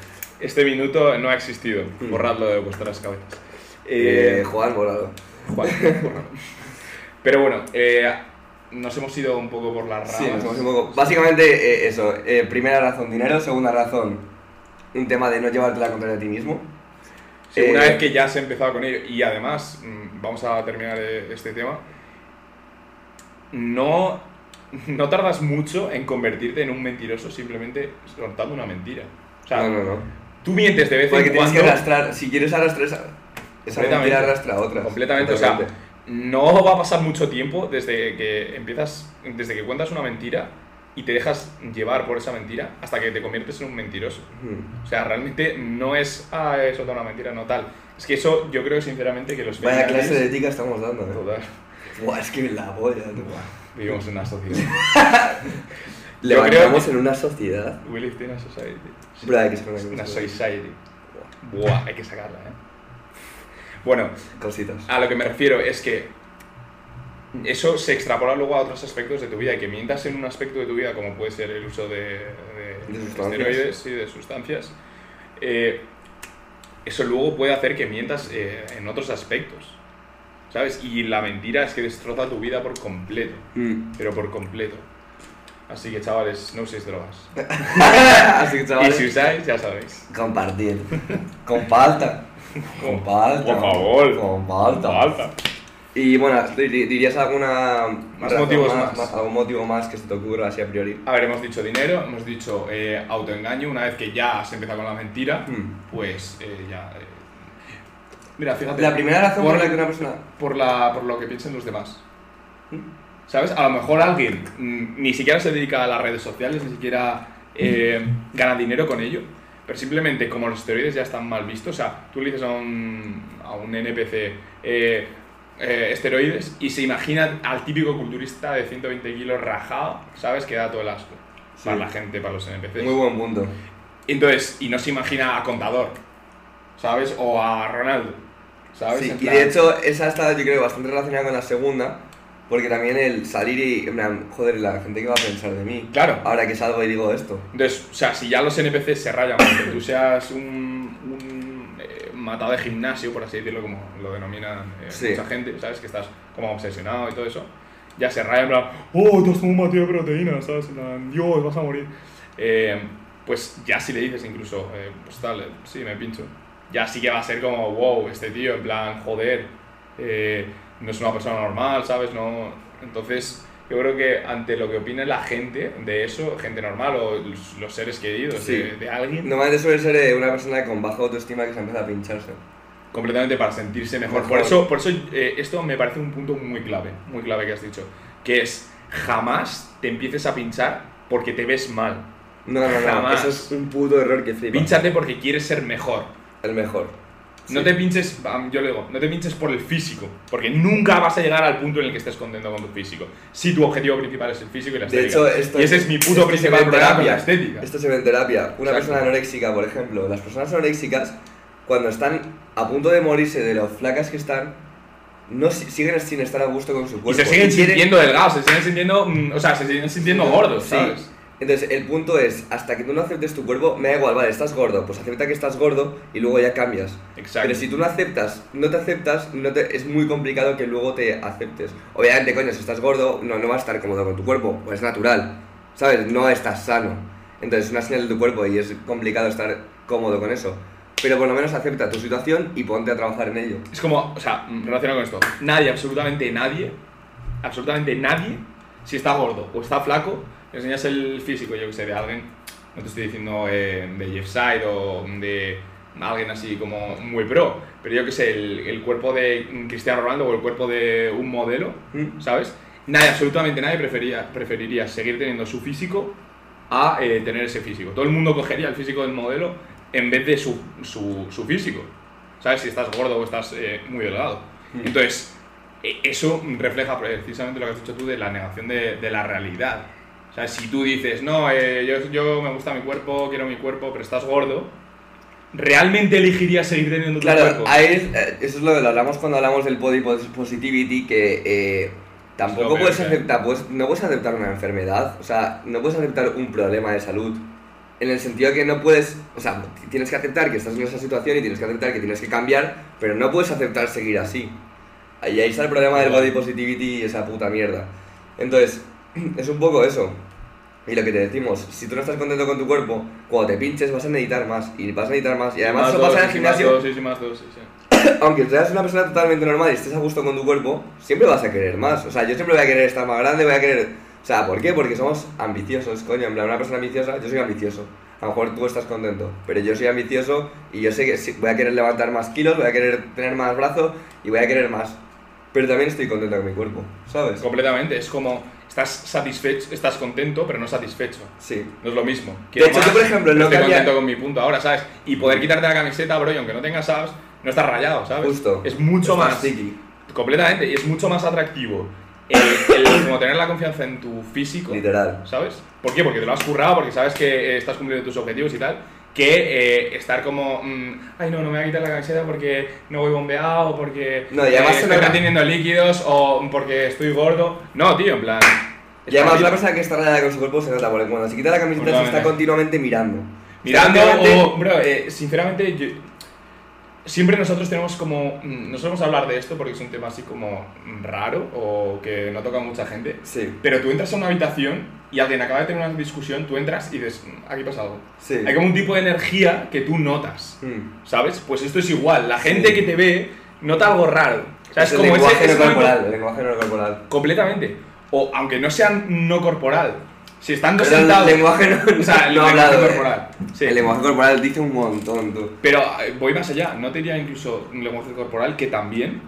Speaker 2: Este minuto no ha existido. Borradlo de vuestras cabezas.
Speaker 3: Mm. Eh,
Speaker 2: Eh,
Speaker 3: Juan Volado.
Speaker 2: Juan, borradlo. Pero bueno, eh, nos hemos ido un poco por las ramas.
Speaker 3: Sí, nos hemos un poco- Básicamente eh, eso. eh, primera razón, dinero. Segunda razón, un tema de no llevarte la contraria a ti mismo.
Speaker 2: Sí, una
Speaker 3: Eh,
Speaker 2: vez que ya se ha empezado con ello, y además, mm, vamos a terminar eh, este tema, no, no tardas mucho en convertirte en un mentiroso simplemente contando una mentira. O sea,
Speaker 3: No, no, no.
Speaker 2: tú mientes de vez
Speaker 3: Porque
Speaker 2: en
Speaker 3: tienes
Speaker 2: cuando.
Speaker 3: que arrastrar, si quieres arrastrar esa, esa
Speaker 2: Completamente.
Speaker 3: mentira arrastra otra.
Speaker 2: Completamente, o sea, no va a pasar mucho tiempo desde que empiezas, desde que cuentas una mentira y te dejas llevar por esa mentira hasta que te conviertes en un mentiroso. O sea, realmente no es, ah, eso da una mentira, no tal. Es que eso yo creo sinceramente que los
Speaker 3: Vaya
Speaker 2: fake
Speaker 3: clase de
Speaker 2: news-
Speaker 3: ética estamos dando, eh.
Speaker 2: Total.
Speaker 3: Buah, es que la polla, tú. Buah.
Speaker 2: Vivimos en una sociedad. Yo
Speaker 3: Levantamos
Speaker 2: creo
Speaker 3: en una sociedad.
Speaker 2: We live in a society.
Speaker 3: Bro, hay que sacar una
Speaker 2: Una
Speaker 3: cosa.
Speaker 2: society. Buah, hay que sacarla, eh. Bueno,
Speaker 3: Cositas.
Speaker 2: a lo que me refiero es que eso se extrapola luego a otros aspectos de tu vida y que mientas en un aspecto de tu vida como puede ser el uso de, de
Speaker 3: De sustancias.
Speaker 2: esteroides y de sustancias eh, eso luego puede hacer que mientas eh, en otros aspectos ¿sabes? y la mentira es que destroza tu vida por completo
Speaker 3: Mm.
Speaker 2: pero por completo así que chavales no uséis drogas
Speaker 3: Así que
Speaker 2: y
Speaker 3: chavales.
Speaker 2: si usáis ya sabéis
Speaker 3: Compartir. Comparta. Comparta.
Speaker 2: Por favor.
Speaker 3: Comparta.
Speaker 2: Falta.
Speaker 3: Y bueno, di- di- ¿dirías alguna.
Speaker 2: Más
Speaker 3: razón
Speaker 2: motivos más.
Speaker 3: ¿Algún motivo más que se te ocurra así a priori?
Speaker 2: A ver, hemos dicho dinero, hemos dicho eh, autoengaño, una vez que ya se empieza con la mentira,
Speaker 3: Mm.
Speaker 2: pues eh, ya... eh. Mira, fíjate...
Speaker 3: La primera razón por,
Speaker 2: por,
Speaker 3: la que una persona.
Speaker 2: por la- por lo que piensen los demás. ¿Sabes? A lo mejor alguien mm, ni siquiera se dedica a las redes sociales, ni siquiera eh, gana dinero con ello, pero simplemente como los esteroides ya están mal vistos, o sea, tú le dices a un, a un NPC eh, eh, esteroides y se imagina al típico culturista de 120 kilos rajado, ¿sabes? Que da todo el asco
Speaker 3: Sí.
Speaker 2: para la gente, para los NPCs.
Speaker 3: Muy buen punto.
Speaker 2: Entonces, y no se imagina a Contador, ¿sabes? O a Ronaldo, ¿sabes?
Speaker 3: Sí,
Speaker 2: En
Speaker 3: y
Speaker 2: plan-
Speaker 3: de hecho, esa está, yo creo, bastante relacionada con la segunda, porque también el salir y, en plan, joder, la gente que va a pensar de mí,
Speaker 2: Claro.
Speaker 3: ahora que salgo y digo esto.
Speaker 2: Entonces, o sea, si ya los NPCs se rayan porque tú seas un, un, eh, matado de gimnasio, por así decirlo, como lo denominan eh,
Speaker 3: Sí.
Speaker 2: mucha gente, ¿sabes? Que estás como obsesionado y todo eso, ya se rayan, en plan, oh, te has tomado un batido de proteína, ¿sabes? En plan, Dios, vas a morir. Eh, pues ya si le dices incluso, eh, pues tal, eh, sí, me pincho. Ya sí que va a ser como, wow, este tío, en plan, joder, eh, no es una persona normal, ¿sabes? No, entonces, yo creo que ante lo que opina la gente de eso, gente normal o los los seres queridos
Speaker 3: Sí.
Speaker 2: de, de alguien,
Speaker 3: Normalmente suele ser eh, una persona con baja autoestima que se empieza a pincharse.
Speaker 2: completamente para sentirse mejor.
Speaker 3: Mejor.
Speaker 2: Por eso, por eso eh, esto me parece un punto muy clave, muy clave que has dicho, que es jamás te empieces a pinchar porque te ves mal.
Speaker 3: No, no, no,
Speaker 2: Jamás.
Speaker 3: eso es un puto error que flipa.
Speaker 2: Pínchate porque quieres ser mejor.
Speaker 3: El mejor.
Speaker 2: No te pinches, am, yo le digo, no te pinches por el físico, porque nunca vas a llegar al punto en el que estés contento con tu físico. Si tu objetivo principal es el físico y la
Speaker 3: De
Speaker 2: estética.
Speaker 3: hecho, esto
Speaker 2: y ese es mi
Speaker 3: esto
Speaker 2: puto
Speaker 3: se ve
Speaker 2: principal
Speaker 3: en
Speaker 2: problema con la estética.
Speaker 3: Esto se ve en terapia. Una
Speaker 2: Exacto.
Speaker 3: persona anoréxica, por ejemplo. Las personas anoréxicas, cuando están a punto de morirse de lo flacas que están, no si- siguen sin estar a gusto con su
Speaker 2: Y
Speaker 3: cuerpo.
Speaker 2: se siguen
Speaker 3: quieren-
Speaker 2: sintiendo delgados, se siguen sintiendo, mm, o sea, se siguen sintiendo gordos,
Speaker 3: Sí.
Speaker 2: ¿sabes?
Speaker 3: Entonces, el punto es, hasta que tú no aceptes tu cuerpo, me da igual, vale, estás gordo, pues acepta que estás gordo y luego ya cambias.
Speaker 2: Exacto.
Speaker 3: Pero si tú no aceptas, no te aceptas, no te- es muy complicado que luego te aceptes. Obviamente, coño, si estás gordo, no, no vas a estar cómodo con tu cuerpo, pues es natural, ¿sabes? No estás sano. Entonces, es una señal de tu cuerpo y es complicado estar cómodo con eso. Pero por lo menos acepta tu situación y ponte a trabajar en ello.
Speaker 2: Es como, o sea, mm, relacionado con esto, nadie, absolutamente nadie, absolutamente nadie, si está gordo o está flaco, le enseñas el físico, yo que sé, de alguien, no te estoy diciendo eh, de Jeff Side o de alguien así como muy pro, pero yo que sé, el, el cuerpo de mm, Cristiano Ronaldo o el cuerpo de un modelo,
Speaker 3: ¿Mm?
Speaker 2: ¿sabes? Nadie, absolutamente nadie prefería, preferiría seguir teniendo su físico a eh, tener ese físico. Todo el mundo cogería el físico del modelo en vez de su, su, su físico. ¿Sabes? Si estás gordo o estás eh, muy delgado.
Speaker 3: Mm.
Speaker 2: Entonces, e- eso refleja precisamente lo que has dicho tú de la negación de, de la realidad. O sea, si tú dices, no, eh, yo, yo me gusta mi cuerpo, quiero mi cuerpo, pero estás gordo, ¿realmente elegirías seguir teniendo tu
Speaker 3: Claro,
Speaker 2: cuerpo?
Speaker 3: ahí es- eh, eso es lo que lo hablamos cuando hablamos del body pos- positivity, que eh,
Speaker 2: Es
Speaker 3: tampoco
Speaker 2: lo
Speaker 3: puedes
Speaker 2: peor que hay.
Speaker 3: aceptar, pues, no puedes aceptar una enfermedad, o sea, no puedes aceptar un problema de salud. En el sentido que no puedes, o sea, t- tienes que aceptar que estás en esa situación y tienes que aceptar que tienes que cambiar, pero no puedes aceptar seguir así. Ahí, ahí está el problema del body positivity y esa puta mierda. Entonces, es un poco eso. Y lo que te decimos, si tú no estás contento con tu cuerpo, cuando te pinches vas a necesitar más y vas a necesitar más. Y además
Speaker 2: Más
Speaker 3: eso pasa en el
Speaker 2: dosis, y más
Speaker 3: gimnasio
Speaker 2: dosis, y más dosis, sí.
Speaker 3: aunque seas una persona totalmente normal y estés a gusto con tu cuerpo, siempre vas a querer más. O sea, yo siempre voy a querer estar más grande, voy a querer... O sea, ¿por qué? Porque somos ambiciosos, coño. En plan, una persona ambiciosa, yo soy ambicioso. A lo mejor tú estás contento, pero yo soy ambicioso y yo sé que sí, voy a querer levantar más kilos, voy a querer tener más brazos y voy a querer más. Pero también estoy contento con mi cuerpo, ¿sabes?
Speaker 2: Completamente, es como estás satisfecho, estás contento, pero no satisfecho.
Speaker 3: Sí.
Speaker 2: No es lo mismo.
Speaker 3: De hecho, yo, por ejemplo,
Speaker 2: no
Speaker 3: no
Speaker 2: estoy
Speaker 3: cambia-
Speaker 2: contento con mi punto ahora, ¿sabes? Y poder quitarte la camiseta, bro, y aunque no tengas abs, no estás rayado, ¿sabes?
Speaker 3: Justo.
Speaker 2: Es mucho
Speaker 3: Estás
Speaker 2: más.
Speaker 3: sticky,
Speaker 2: Completamente, y es mucho más atractivo el, el como tener la confianza en tu físico,
Speaker 3: Literal.
Speaker 2: ¿sabes? ¿Por qué? Porque te lo has currado, porque sabes que eh, estás cumpliendo tus objetivos y tal. Que eh, estar como, mm, ay no, no me voy a quitar la camiseta porque no voy bombeado, porque
Speaker 3: No, y además
Speaker 2: eh,
Speaker 3: se
Speaker 2: estoy
Speaker 3: nota-
Speaker 2: reteniendo líquidos o porque estoy gordo. No, tío, en plan.
Speaker 3: Y además,
Speaker 2: está
Speaker 3: una persona que está rayada con su cuerpo se nota, porque cuando se quita la camiseta se está
Speaker 2: Completamente.
Speaker 3: continuamente mirando.
Speaker 2: Mirando,
Speaker 3: Está continuamente-
Speaker 2: o, bro, eh, sinceramente, yo- siempre nosotros tenemos como. mm, No solemos hablar de esto porque es un tema así como mm, raro o que no toca a mucha gente.
Speaker 3: Sí,
Speaker 2: Pero tú entras a una habitación y alguien acaba de tener una discusión, tú entras y dices, "Mm, aquí pasa algo.
Speaker 3: sí.
Speaker 2: Hay como un tipo de energía que tú notas,
Speaker 3: Mm.
Speaker 2: ¿sabes? Pues esto es igual, la gente
Speaker 3: Sí.
Speaker 2: que te ve nota algo raro. O sea,
Speaker 3: Es
Speaker 2: es
Speaker 3: el
Speaker 2: como ese-
Speaker 3: lenguaje
Speaker 2: ese
Speaker 3: no
Speaker 2: momento-
Speaker 3: corporal, el lenguaje no corporal.
Speaker 2: Completamente. O aunque no sean no corporal, si están dos
Speaker 3: Pero el
Speaker 2: sentados.
Speaker 3: lenguaje no,
Speaker 2: o sea, el
Speaker 3: no
Speaker 2: lenguaje
Speaker 3: hablado. eh.
Speaker 2: corporal. Sí.
Speaker 3: El lenguaje corporal dice un montón, tú.
Speaker 2: Pero eh, voy más allá, no te diría incluso un lenguaje corporal que también,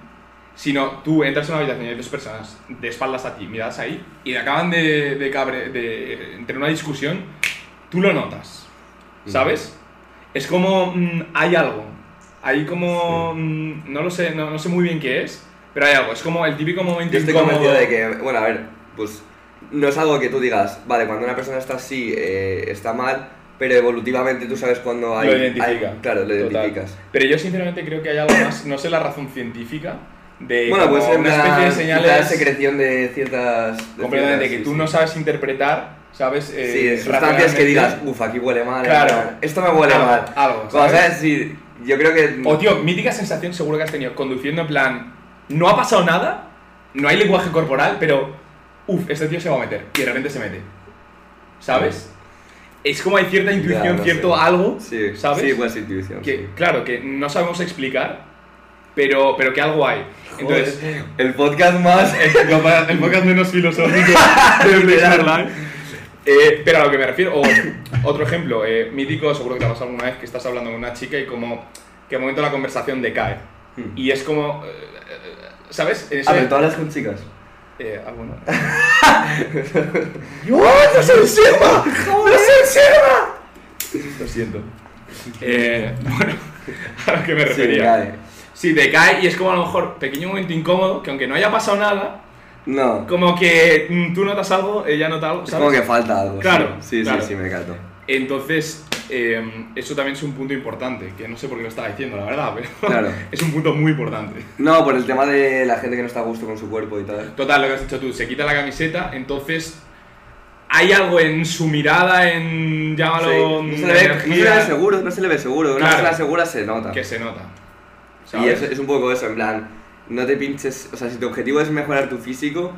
Speaker 2: sino tú entras en una habitación y hay dos personas de espaldas a ti, miradas ahí, y te acaban de, de, cabre- de entre una discusión, tú lo notas, ¿sabes? Es como mm, hay algo, hay como, mm, no lo sé, no, no sé muy bien qué es, pero hay algo, es como el típico momento
Speaker 3: Yo estoy
Speaker 2: incómodo.
Speaker 3: convencido de que, bueno, a ver, pues no es algo que tú digas, vale, cuando una persona está así, eh, está mal, pero evolutivamente tú sabes cuando hay.
Speaker 2: lo identifica.
Speaker 3: hay- claro, lo
Speaker 2: Total.
Speaker 3: identificas.
Speaker 2: Pero yo sinceramente creo que hay algo más, no sé la razón científica, de
Speaker 3: Bueno,
Speaker 2: como
Speaker 3: pues ser
Speaker 2: una
Speaker 3: una,
Speaker 2: especie de
Speaker 3: una
Speaker 2: señales...
Speaker 3: secreción de ciertas. de
Speaker 2: Completamente,
Speaker 3: ciertas-
Speaker 2: que
Speaker 3: sí,
Speaker 2: tú
Speaker 3: sí.
Speaker 2: no sabes interpretar, ¿sabes? Eh,
Speaker 3: Sí, sustancias que
Speaker 2: racionalmente
Speaker 3: digas, uff, aquí huele mal. eh,
Speaker 2: Claro.
Speaker 3: Esto me huele
Speaker 2: algo,
Speaker 3: mal.
Speaker 2: algo,
Speaker 3: Como
Speaker 2: ¿sabes?
Speaker 3: sabes, sí, yo creo que.
Speaker 2: O tío, mítica sensación seguro que has tenido conduciendo en plan, no ha pasado nada, no hay lenguaje corporal, pero uff, este tío se va a meter y de repente se mete. ¿Sabes? Es como hay cierta intuición,
Speaker 3: no
Speaker 2: cierto
Speaker 3: sé.
Speaker 2: algo
Speaker 3: Sí,
Speaker 2: ¿sabes?
Speaker 3: Sí, pues intuición. sí.
Speaker 2: que claro, que no sabemos explicar, pero pero que algo hay. Entonces,
Speaker 3: Joder, el podcast más.
Speaker 2: el podcast menos filosófico de Black. Eh, pero a lo que me refiero, o otro ejemplo, eh, mítico, seguro que te ha pasado alguna vez que estás hablando con una chica y como que al momento la conversación decae.
Speaker 3: Hmm.
Speaker 2: Y es como, eh, eh, ¿sabes? En
Speaker 3: A
Speaker 2: ese-
Speaker 3: ver, tú hablas con chicas.
Speaker 2: eh, ah, bueno.
Speaker 3: ¡No! ¡No se encima! ¡No se encima!
Speaker 2: Lo siento. Eh, bueno, a lo que me
Speaker 3: Sí,
Speaker 2: refería.
Speaker 3: cae.
Speaker 2: Sí, te cae y es como a lo mejor pequeño momento incómodo que aunque no haya pasado nada,
Speaker 3: No.
Speaker 2: como que mm, tú notas algo, ella nota algo,
Speaker 3: Es
Speaker 2: ¿sabes?
Speaker 3: como que falta algo. sí.
Speaker 2: Claro,
Speaker 3: Sí,
Speaker 2: claro.
Speaker 3: sí, sí, me cato.
Speaker 2: Entonces, eh, eso también es un punto importante, que no sé por qué lo estaba diciendo, la verdad, pero
Speaker 3: Claro.
Speaker 2: es un punto muy importante.
Speaker 3: No, por el tema de la gente que no está a gusto con su cuerpo y tal.
Speaker 2: Total, lo que has dicho tú, se quita la camiseta, entonces hay algo en su mirada, en
Speaker 3: Sí.
Speaker 2: llámalo
Speaker 3: No se
Speaker 2: una
Speaker 3: le ve, no se le
Speaker 2: energía,
Speaker 3: ve seguro, no se le ve seguro. Una
Speaker 2: Claro.
Speaker 3: persona segura se nota.
Speaker 2: que se nota. ¿sabes?
Speaker 3: Y es, es un poco eso, en plan, no te pinches, o sea, si tu objetivo es mejorar tu físico,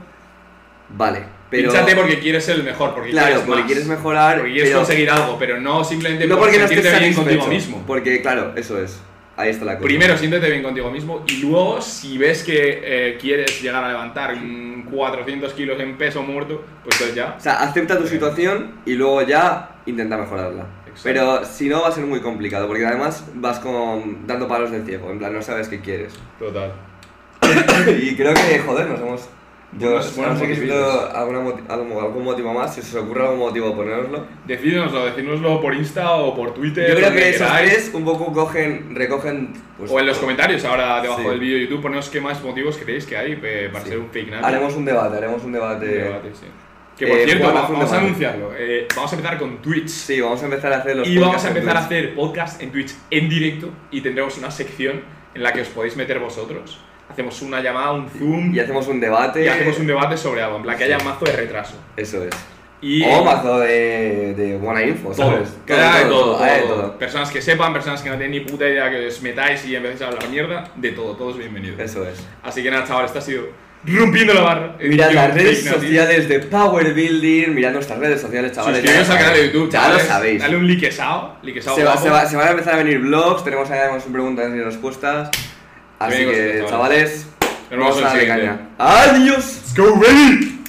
Speaker 3: vale, pero
Speaker 2: Pínchate porque quieres ser el mejor, porque
Speaker 3: claro,
Speaker 2: quieres
Speaker 3: porque
Speaker 2: más,
Speaker 3: quieres mejorar,
Speaker 2: porque quieres
Speaker 3: pero-
Speaker 2: conseguir algo, pero no simplemente
Speaker 3: no
Speaker 2: por
Speaker 3: porque no estés
Speaker 2: sentirte bien
Speaker 3: satisfecho,
Speaker 2: contigo mismo.
Speaker 3: porque claro, eso es, ahí está la cosa.
Speaker 2: Primero, siéntete bien contigo mismo y luego, si ves que eh, quieres llegar a levantar mm, 400 kilos en peso muerto, pues entonces ya.
Speaker 3: O sea, acepta tu
Speaker 2: Sí.
Speaker 3: situación y luego ya intenta mejorarla.
Speaker 2: Exacto.
Speaker 3: Pero si no va a ser muy complicado, porque además vas con, dando palos del ciego, en plan, no sabes qué quieres.
Speaker 2: Total.
Speaker 3: y creo que, joder, nos hemos... Yo
Speaker 2: Buenas- buenas
Speaker 3: no sé qué si
Speaker 2: motivitas.
Speaker 3: lo- alguna moti- algún, algún motivo más, si os ocurre algún motivo, ponéroslo.
Speaker 2: Decídnoslo, decídnoslo por Insta o por Twitter.
Speaker 3: Yo creo
Speaker 2: donde
Speaker 3: que esos
Speaker 2: queráis.
Speaker 3: tres un poco cogen, recogen. pues,
Speaker 2: O en los comentarios ahora debajo
Speaker 3: Sí.
Speaker 2: del vídeo de YouTube, poneos qué más motivos creéis que hay eh, para
Speaker 3: Sí.
Speaker 2: ser un fake nazi.
Speaker 3: Haremos un debate, haremos un debate.
Speaker 2: Un debate, sí. Que por
Speaker 3: Eh,
Speaker 2: cierto,
Speaker 3: Juan,
Speaker 2: va-
Speaker 3: haz un
Speaker 2: vamos a
Speaker 3: debate.
Speaker 2: anunciarlo. eh, vamos a empezar con Twitch.
Speaker 3: Sí, vamos a empezar a hacer los.
Speaker 2: y vamos a
Speaker 3: podcasts en
Speaker 2: empezar a
Speaker 3: Twitch.
Speaker 2: hacer podcast en Twitch en directo y tendremos una sección en la que os podéis meter vosotros. Hacemos una llamada, un Zoom
Speaker 3: Y hacemos un debate.
Speaker 2: y hacemos un debate sobre algo, en plan que
Speaker 3: Sí.
Speaker 2: haya mazo de retraso.
Speaker 3: Eso es.
Speaker 2: Y eh,
Speaker 3: O mazo de, de buena info,
Speaker 2: todo,
Speaker 3: ¿sabes?
Speaker 2: que haya de todo,
Speaker 3: haya de
Speaker 2: todo.
Speaker 3: todo.
Speaker 2: Personas que sepan, personas que no tienen ni puta idea que os metáis y empecéis a hablar mierda, de todo, todos bienvenidos.
Speaker 3: Eso es.
Speaker 2: Así que nada, chaval, este ha sido Rompiendo la Barra.
Speaker 3: Mirad
Speaker 2: Edición
Speaker 3: las redes
Speaker 2: Fake Nazis.
Speaker 3: sociales de Power Building, mirad nuestras redes sociales, chavales.
Speaker 2: Suscribiros
Speaker 3: ya
Speaker 2: al
Speaker 3: lo
Speaker 2: canal de
Speaker 3: sabéis.
Speaker 2: YouTube,
Speaker 3: Ya
Speaker 2: chavales,
Speaker 3: lo sabéis.
Speaker 2: Dale un liquesao, liquesao
Speaker 3: Se, va-
Speaker 2: guapo.
Speaker 3: se va- se van a empezar a venir vlogs, tenemos ahí además un preguntas y respuestas. Así
Speaker 2: vienen
Speaker 3: que,
Speaker 2: cositas,
Speaker 3: chavales,
Speaker 2: Nos vemos
Speaker 3: vamos a
Speaker 2: en el
Speaker 3: darle
Speaker 2: siguiente.
Speaker 3: caña. ¡Adiós!
Speaker 2: Let's go, ready!